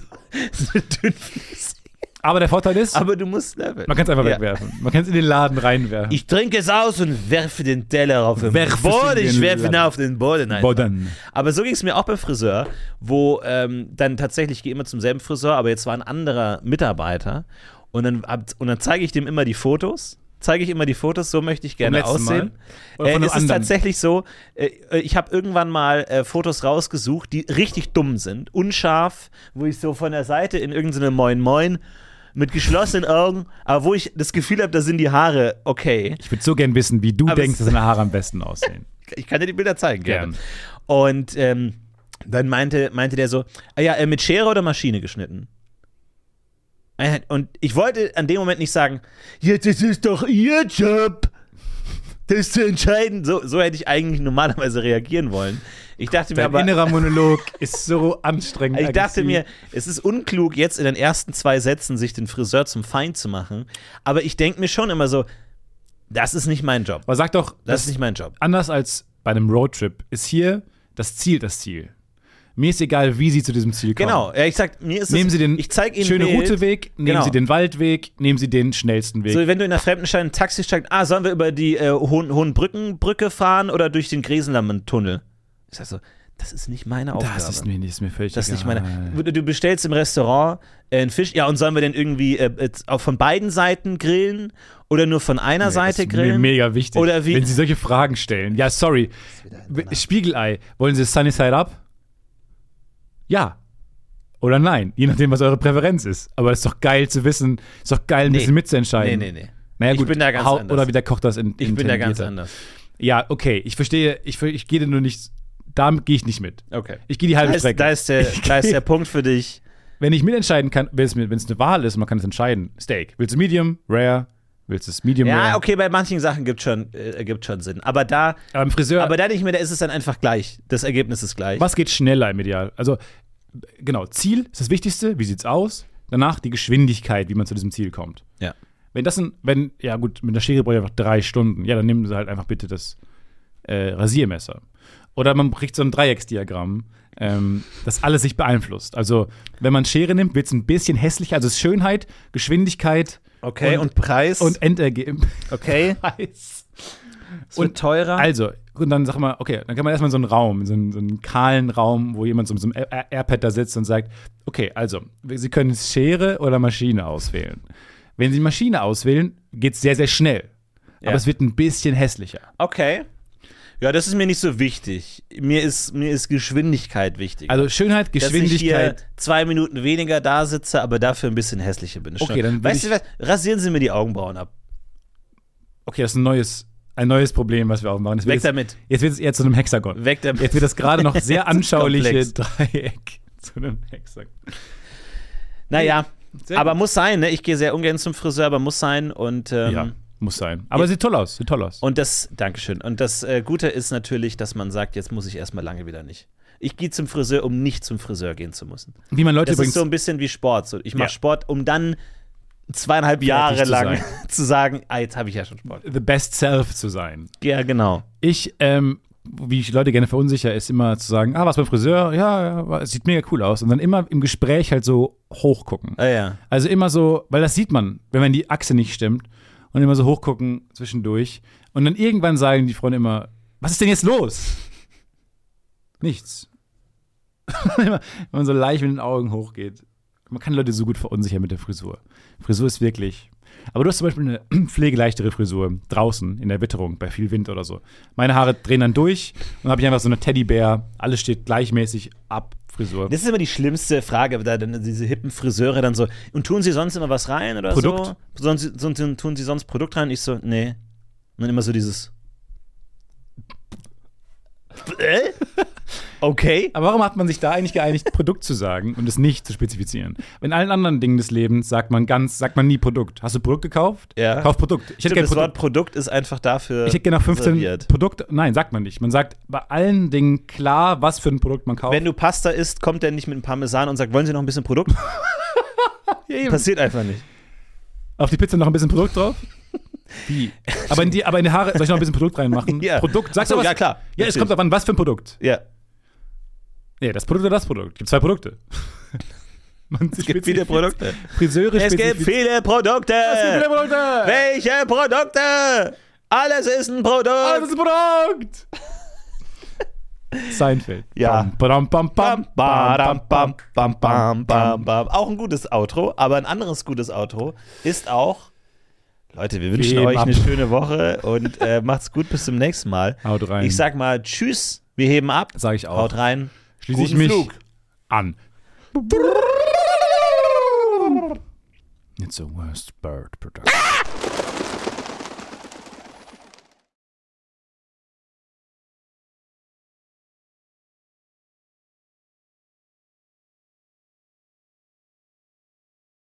S4: so eine dünnflüssige.
S3: Aber der Vorteil ist,
S4: Aber du musst leveln.
S3: man kann es einfach
S4: Ja.
S3: wegwerfen. Man kann es in den Laden reinwerfen.
S4: Ich trinke es aus und werfe den Teller auf den
S3: Werf es
S4: Boden.
S3: in
S4: Ich
S3: den
S4: werfe ihn
S3: Laden.
S4: auf den Boden. einfach.
S3: Boden.
S4: Aber so ging es mir auch beim Friseur, wo ähm, dann tatsächlich, ich gehe immer zum selben Friseur, aber jetzt war ein anderer Mitarbeiter und dann, ab- und dann zeige ich dem immer die Fotos. Zeige ich immer die Fotos, so möchte ich gerne
S3: letzten Mal?
S4: aussehen.
S3: Oder
S4: Äh,
S3: von einem
S4: es ist
S3: anderen?
S4: tatsächlich so, äh, ich habe irgendwann mal äh, Fotos rausgesucht, die richtig dumm sind, unscharf, wo ich so von der Seite in irgendeine Moin Moin mit geschlossenen Augen, aber wo ich das Gefühl habe, da sind die Haare okay.
S3: Ich würde so gern wissen, wie du
S4: Aber
S3: denkst,
S4: es-
S3: dass deine Haare am besten aussehen.
S4: ich kann dir die Bilder zeigen, gerne.
S3: Gern.
S4: Und ähm, dann meinte, meinte der so, ah ja, äh, mit Schere oder Maschine geschnitten? Äh, Und ich wollte an dem Moment nicht sagen, jetzt ist es doch ihr Job, das zu entscheiden. So, so hätte ich eigentlich normalerweise reagieren wollen. Ich dachte mir
S3: Dein
S4: aber,
S3: innerer Monolog ist so anstrengend.
S4: ich dachte
S3: aggressiv.
S4: mir, es ist unklug, jetzt in den ersten zwei Sätzen sich den Friseur zum Feind zu machen. Aber ich denke mir schon immer so, das ist nicht mein Job.
S3: Aber sag doch,
S4: Das
S3: das
S4: ist nicht mein Job.
S3: anders als bei einem Roadtrip ist hier das Ziel das Ziel. Mir ist egal, wie Sie zu diesem Ziel kommen.
S4: Genau, ja, ich sag, mir ist
S3: Nehmen
S4: es,
S3: Sie den
S4: ich zeig Ihnen
S3: schönen
S4: Bild.
S3: Routeweg, nehmen
S4: Genau.
S3: Sie den Waldweg, nehmen Sie den schnellsten Weg.
S4: So, wenn du in der Fremdenstadt in ein Taxi steigst, ah, sollen wir über die äh, Hohen, Hohenbrückenbrücke fahren oder durch den Gresenlammen-Tunnel? Ich sag so, das ist nicht meine Aufgabe.
S3: das ist mir, das ist mir völlig
S4: Das ist nicht
S3: egal.
S4: meine. Du- Du bestellst im Restaurant äh, einen Fisch. Ja, und sollen wir den irgendwie äh, jetzt auch von beiden Seiten grillen oder nur von einer
S3: Nee,
S4: Seite
S3: das ist mir
S4: grillen?
S3: mega wichtig.
S4: Oder wie-
S3: Wenn Sie solche Fragen stellen. Ja, sorry. Spiegelei. Wollen Sie Sunny Side Up? Ja. Oder nein, je nachdem, was eure Präferenz ist. Aber es ist doch geil zu wissen, ist doch geil, ein bisschen
S4: Nee,
S3: mitzuentscheiden.
S4: nee, nee.
S3: Naja,
S4: Ich
S3: gut,
S4: bin da ganz
S3: Hau-
S4: anders.
S3: Oder wie der Koch das in,
S4: Ich bin da ganz
S3: intendierter.
S4: anders.
S3: Ja, okay, ich verstehe, ich, ver- ich gehe dir nur nicht, damit gehe ich nicht mit.
S4: Okay.
S3: Ich gehe die halbe
S4: Da ist,
S3: Strecke.
S4: da, ist der, da ist der Punkt für dich.
S3: Wenn ich mitentscheiden kann, wenn es mir- wenn es eine Wahl ist, man kann es entscheiden. Steak. Willst du Medium, Rare? Willst du es Medium Rare?
S4: Ja, okay, bei manchen Sachen gibt schon, äh, ergibt schon Sinn. Aber da,
S3: Aber im Friseur,
S4: aber da nicht mehr, da ist es dann einfach gleich. Das Ergebnis ist gleich.
S3: was geht schneller im Ideal? Also, genau, Ziel ist das Wichtigste, wie sieht's aus? Danach die Geschwindigkeit, wie man zu diesem Ziel kommt.
S4: Ja.
S3: Wenn das ein, wenn, ja gut, mit der Schere brauche ich einfach drei Stunden. Ja, dann nehmen Sie halt einfach bitte das äh, Rasiermesser. Oder man kriegt so ein Dreiecksdiagramm, ähm, das alles sich beeinflusst. Also, wenn man Schere nimmt, wird es ein bisschen hässlicher. Also, es ist Schönheit, Geschwindigkeit
S4: Okay, und, Preis.
S3: und Endergebnis.
S4: okay, es wird
S3: und-
S4: teurer.
S3: Also, und dann sag mal, okay, dann kann man erstmal in so einen Raum, in so einen, so einen kahlen Raum, wo jemand so mit so einem Air- Air- Airpad da sitzt und sagt, okay, also, Sie können Schere oder Maschine auswählen. Wenn Sie Maschine auswählen, geht es sehr, sehr schnell.
S4: Ja.
S3: Aber es wird ein bisschen hässlicher.
S4: okay. Ja, das ist mir nicht so wichtig. Mir ist, mir ist Geschwindigkeit wichtig.
S3: Also Schönheit,
S4: dass ich hier
S3: Geschwindigkeit.
S4: zwei Minuten weniger da sitze, aber dafür ein bisschen hässlicher bin. Ist
S3: Okay,
S4: schon-
S3: dann würd
S4: weißt du
S3: ich-
S4: was? Rasieren Sie mir die Augenbrauen ab.
S3: Okay, das ist ein neues, ein neues Problem, was wir aufmachen. Das wird
S4: Weg
S3: jetzt-
S4: damit.
S3: Jetzt wird es eher zu einem Hexagon.
S4: Weg damit.
S3: Jetzt wird das gerade noch sehr
S4: Das ist
S3: anschauliche
S4: komplex.
S3: Dreieck zu einem Hexagon.
S4: Naja,
S3: Sehr
S4: aber
S3: gut.
S4: muss sein, ne? Ich gehe sehr ungern zum Friseur, aber muss sein. Und, ähm,
S3: Ja, muss sein. Aber sieht toll aus, sieht toll aus.
S4: und das, Dankeschön. Und das äh, Gute ist natürlich, dass man sagt, jetzt muss ich erstmal lange wieder nicht. Ich gehe zum Friseur, um nicht zum Friseur gehen zu müssen.
S3: Wie man Leute
S4: Das
S3: übrigens
S4: ist so ein bisschen wie Sport. So, ich mache
S3: Ja.
S4: Sport, um dann zweieinhalb Jahre
S3: zu
S4: lang
S3: sein.
S4: zu sagen, ah, jetzt habe ich ja schon Sport.
S3: the best self zu sein.
S4: Ja, genau.
S3: Ich, ähm, wie ich Leute gerne verunsicher, ist immer zu sagen, ah, was beim Friseur, ja, ja, war- sieht mega cool aus. Und dann immer im Gespräch halt so hochgucken.
S4: Ah, ja.
S3: Also immer so, weil das sieht man, wenn man die Achse nicht stimmt und immer so hochgucken zwischendurch. Und dann irgendwann sagen die Freunde immer, was ist denn jetzt los? Nichts. immer, wenn man so leicht mit den Augen hochgeht. Man kann Leute so gut verunsichern mit der Frisur. Frisur ist wirklich. Aber du hast zum Beispiel eine pflegeleichtere Frisur draußen in der Witterung, bei viel Wind oder so. Meine Haare drehen dann durch und habe ich einfach so eine Teddybär, alles steht gleichmäßig ab, Frisur.
S4: Das ist immer die schlimmste Frage, da dann diese hippen Friseure dann so, und tun sie sonst immer was rein oder
S3: Produkt?
S4: so? Sonst, sonst, tun sie sonst Produkt rein? Ich so, nee. Und dann immer so dieses. Äh? Okay.
S3: Aber warum hat man sich da eigentlich geeinigt, Produkt zu sagen und es nicht zu spezifizieren? In allen anderen Dingen des Lebens sagt man ganz, sagt man nie Produkt. Hast du Produkt gekauft?
S4: Ja.
S3: Kauf Produkt. Ich hätte
S4: Stimmt,
S3: gerne
S4: das Wort
S3: Produkt.
S4: Produkt ist einfach dafür.
S3: Ich hätte gerne noch 15
S4: reserviert.
S3: Produkt. Nein, sagt man nicht. Man sagt bei allen Dingen klar, was für ein Produkt man kauft.
S4: Wenn du Pasta isst, kommt der nicht mit einem Parmesan und sagt, wollen Sie noch ein bisschen Produkt?
S3: Eben.
S4: Passiert einfach nicht.
S3: auf die Pizza noch ein bisschen Produkt drauf. Wie? Aber in die, aber in die Haare soll ich noch ein bisschen Produkt reinmachen?
S4: Ja.
S3: Produkt. Sag
S4: Ach so,
S3: doch was.
S4: ja, klar.
S3: Ja, es
S4: Natürlich.
S3: kommt darauf an, was für ein Produkt.
S4: Ja.
S3: Nee, das Produkt oder das Produkt. Gibt zwei Produkte. man
S4: Es gibt viele Produkte.
S3: Friseure
S4: Es gibt
S3: spezifizieren-
S4: viele Produkte.
S3: Es gibt viele Produkte.
S4: Welche Produkte? Alles Ah, ist ein Produkt.
S3: Alles Produkt! Seinfeld.
S4: Ja.
S3: Bam, bam, bam,
S4: Bam,
S3: bam,
S4: badam,
S3: bam,
S4: bam, bam, bam, bam, bam. Auch ein gutes Outro, aber ein anderes gutes Outro ist auch. Leute, wir wünschen
S3: Geben
S4: euch
S3: ab.
S4: eine schöne Woche und äh, macht's gut bis zum nächsten Mal.
S3: Haut rein.
S4: Ich sag mal Tschüss, wir heben ab.
S3: Sag ich auch.
S4: Haut rein.
S3: Schließe ich
S4: Guten
S3: mich
S4: Flug.
S3: an. It's a worst bird production.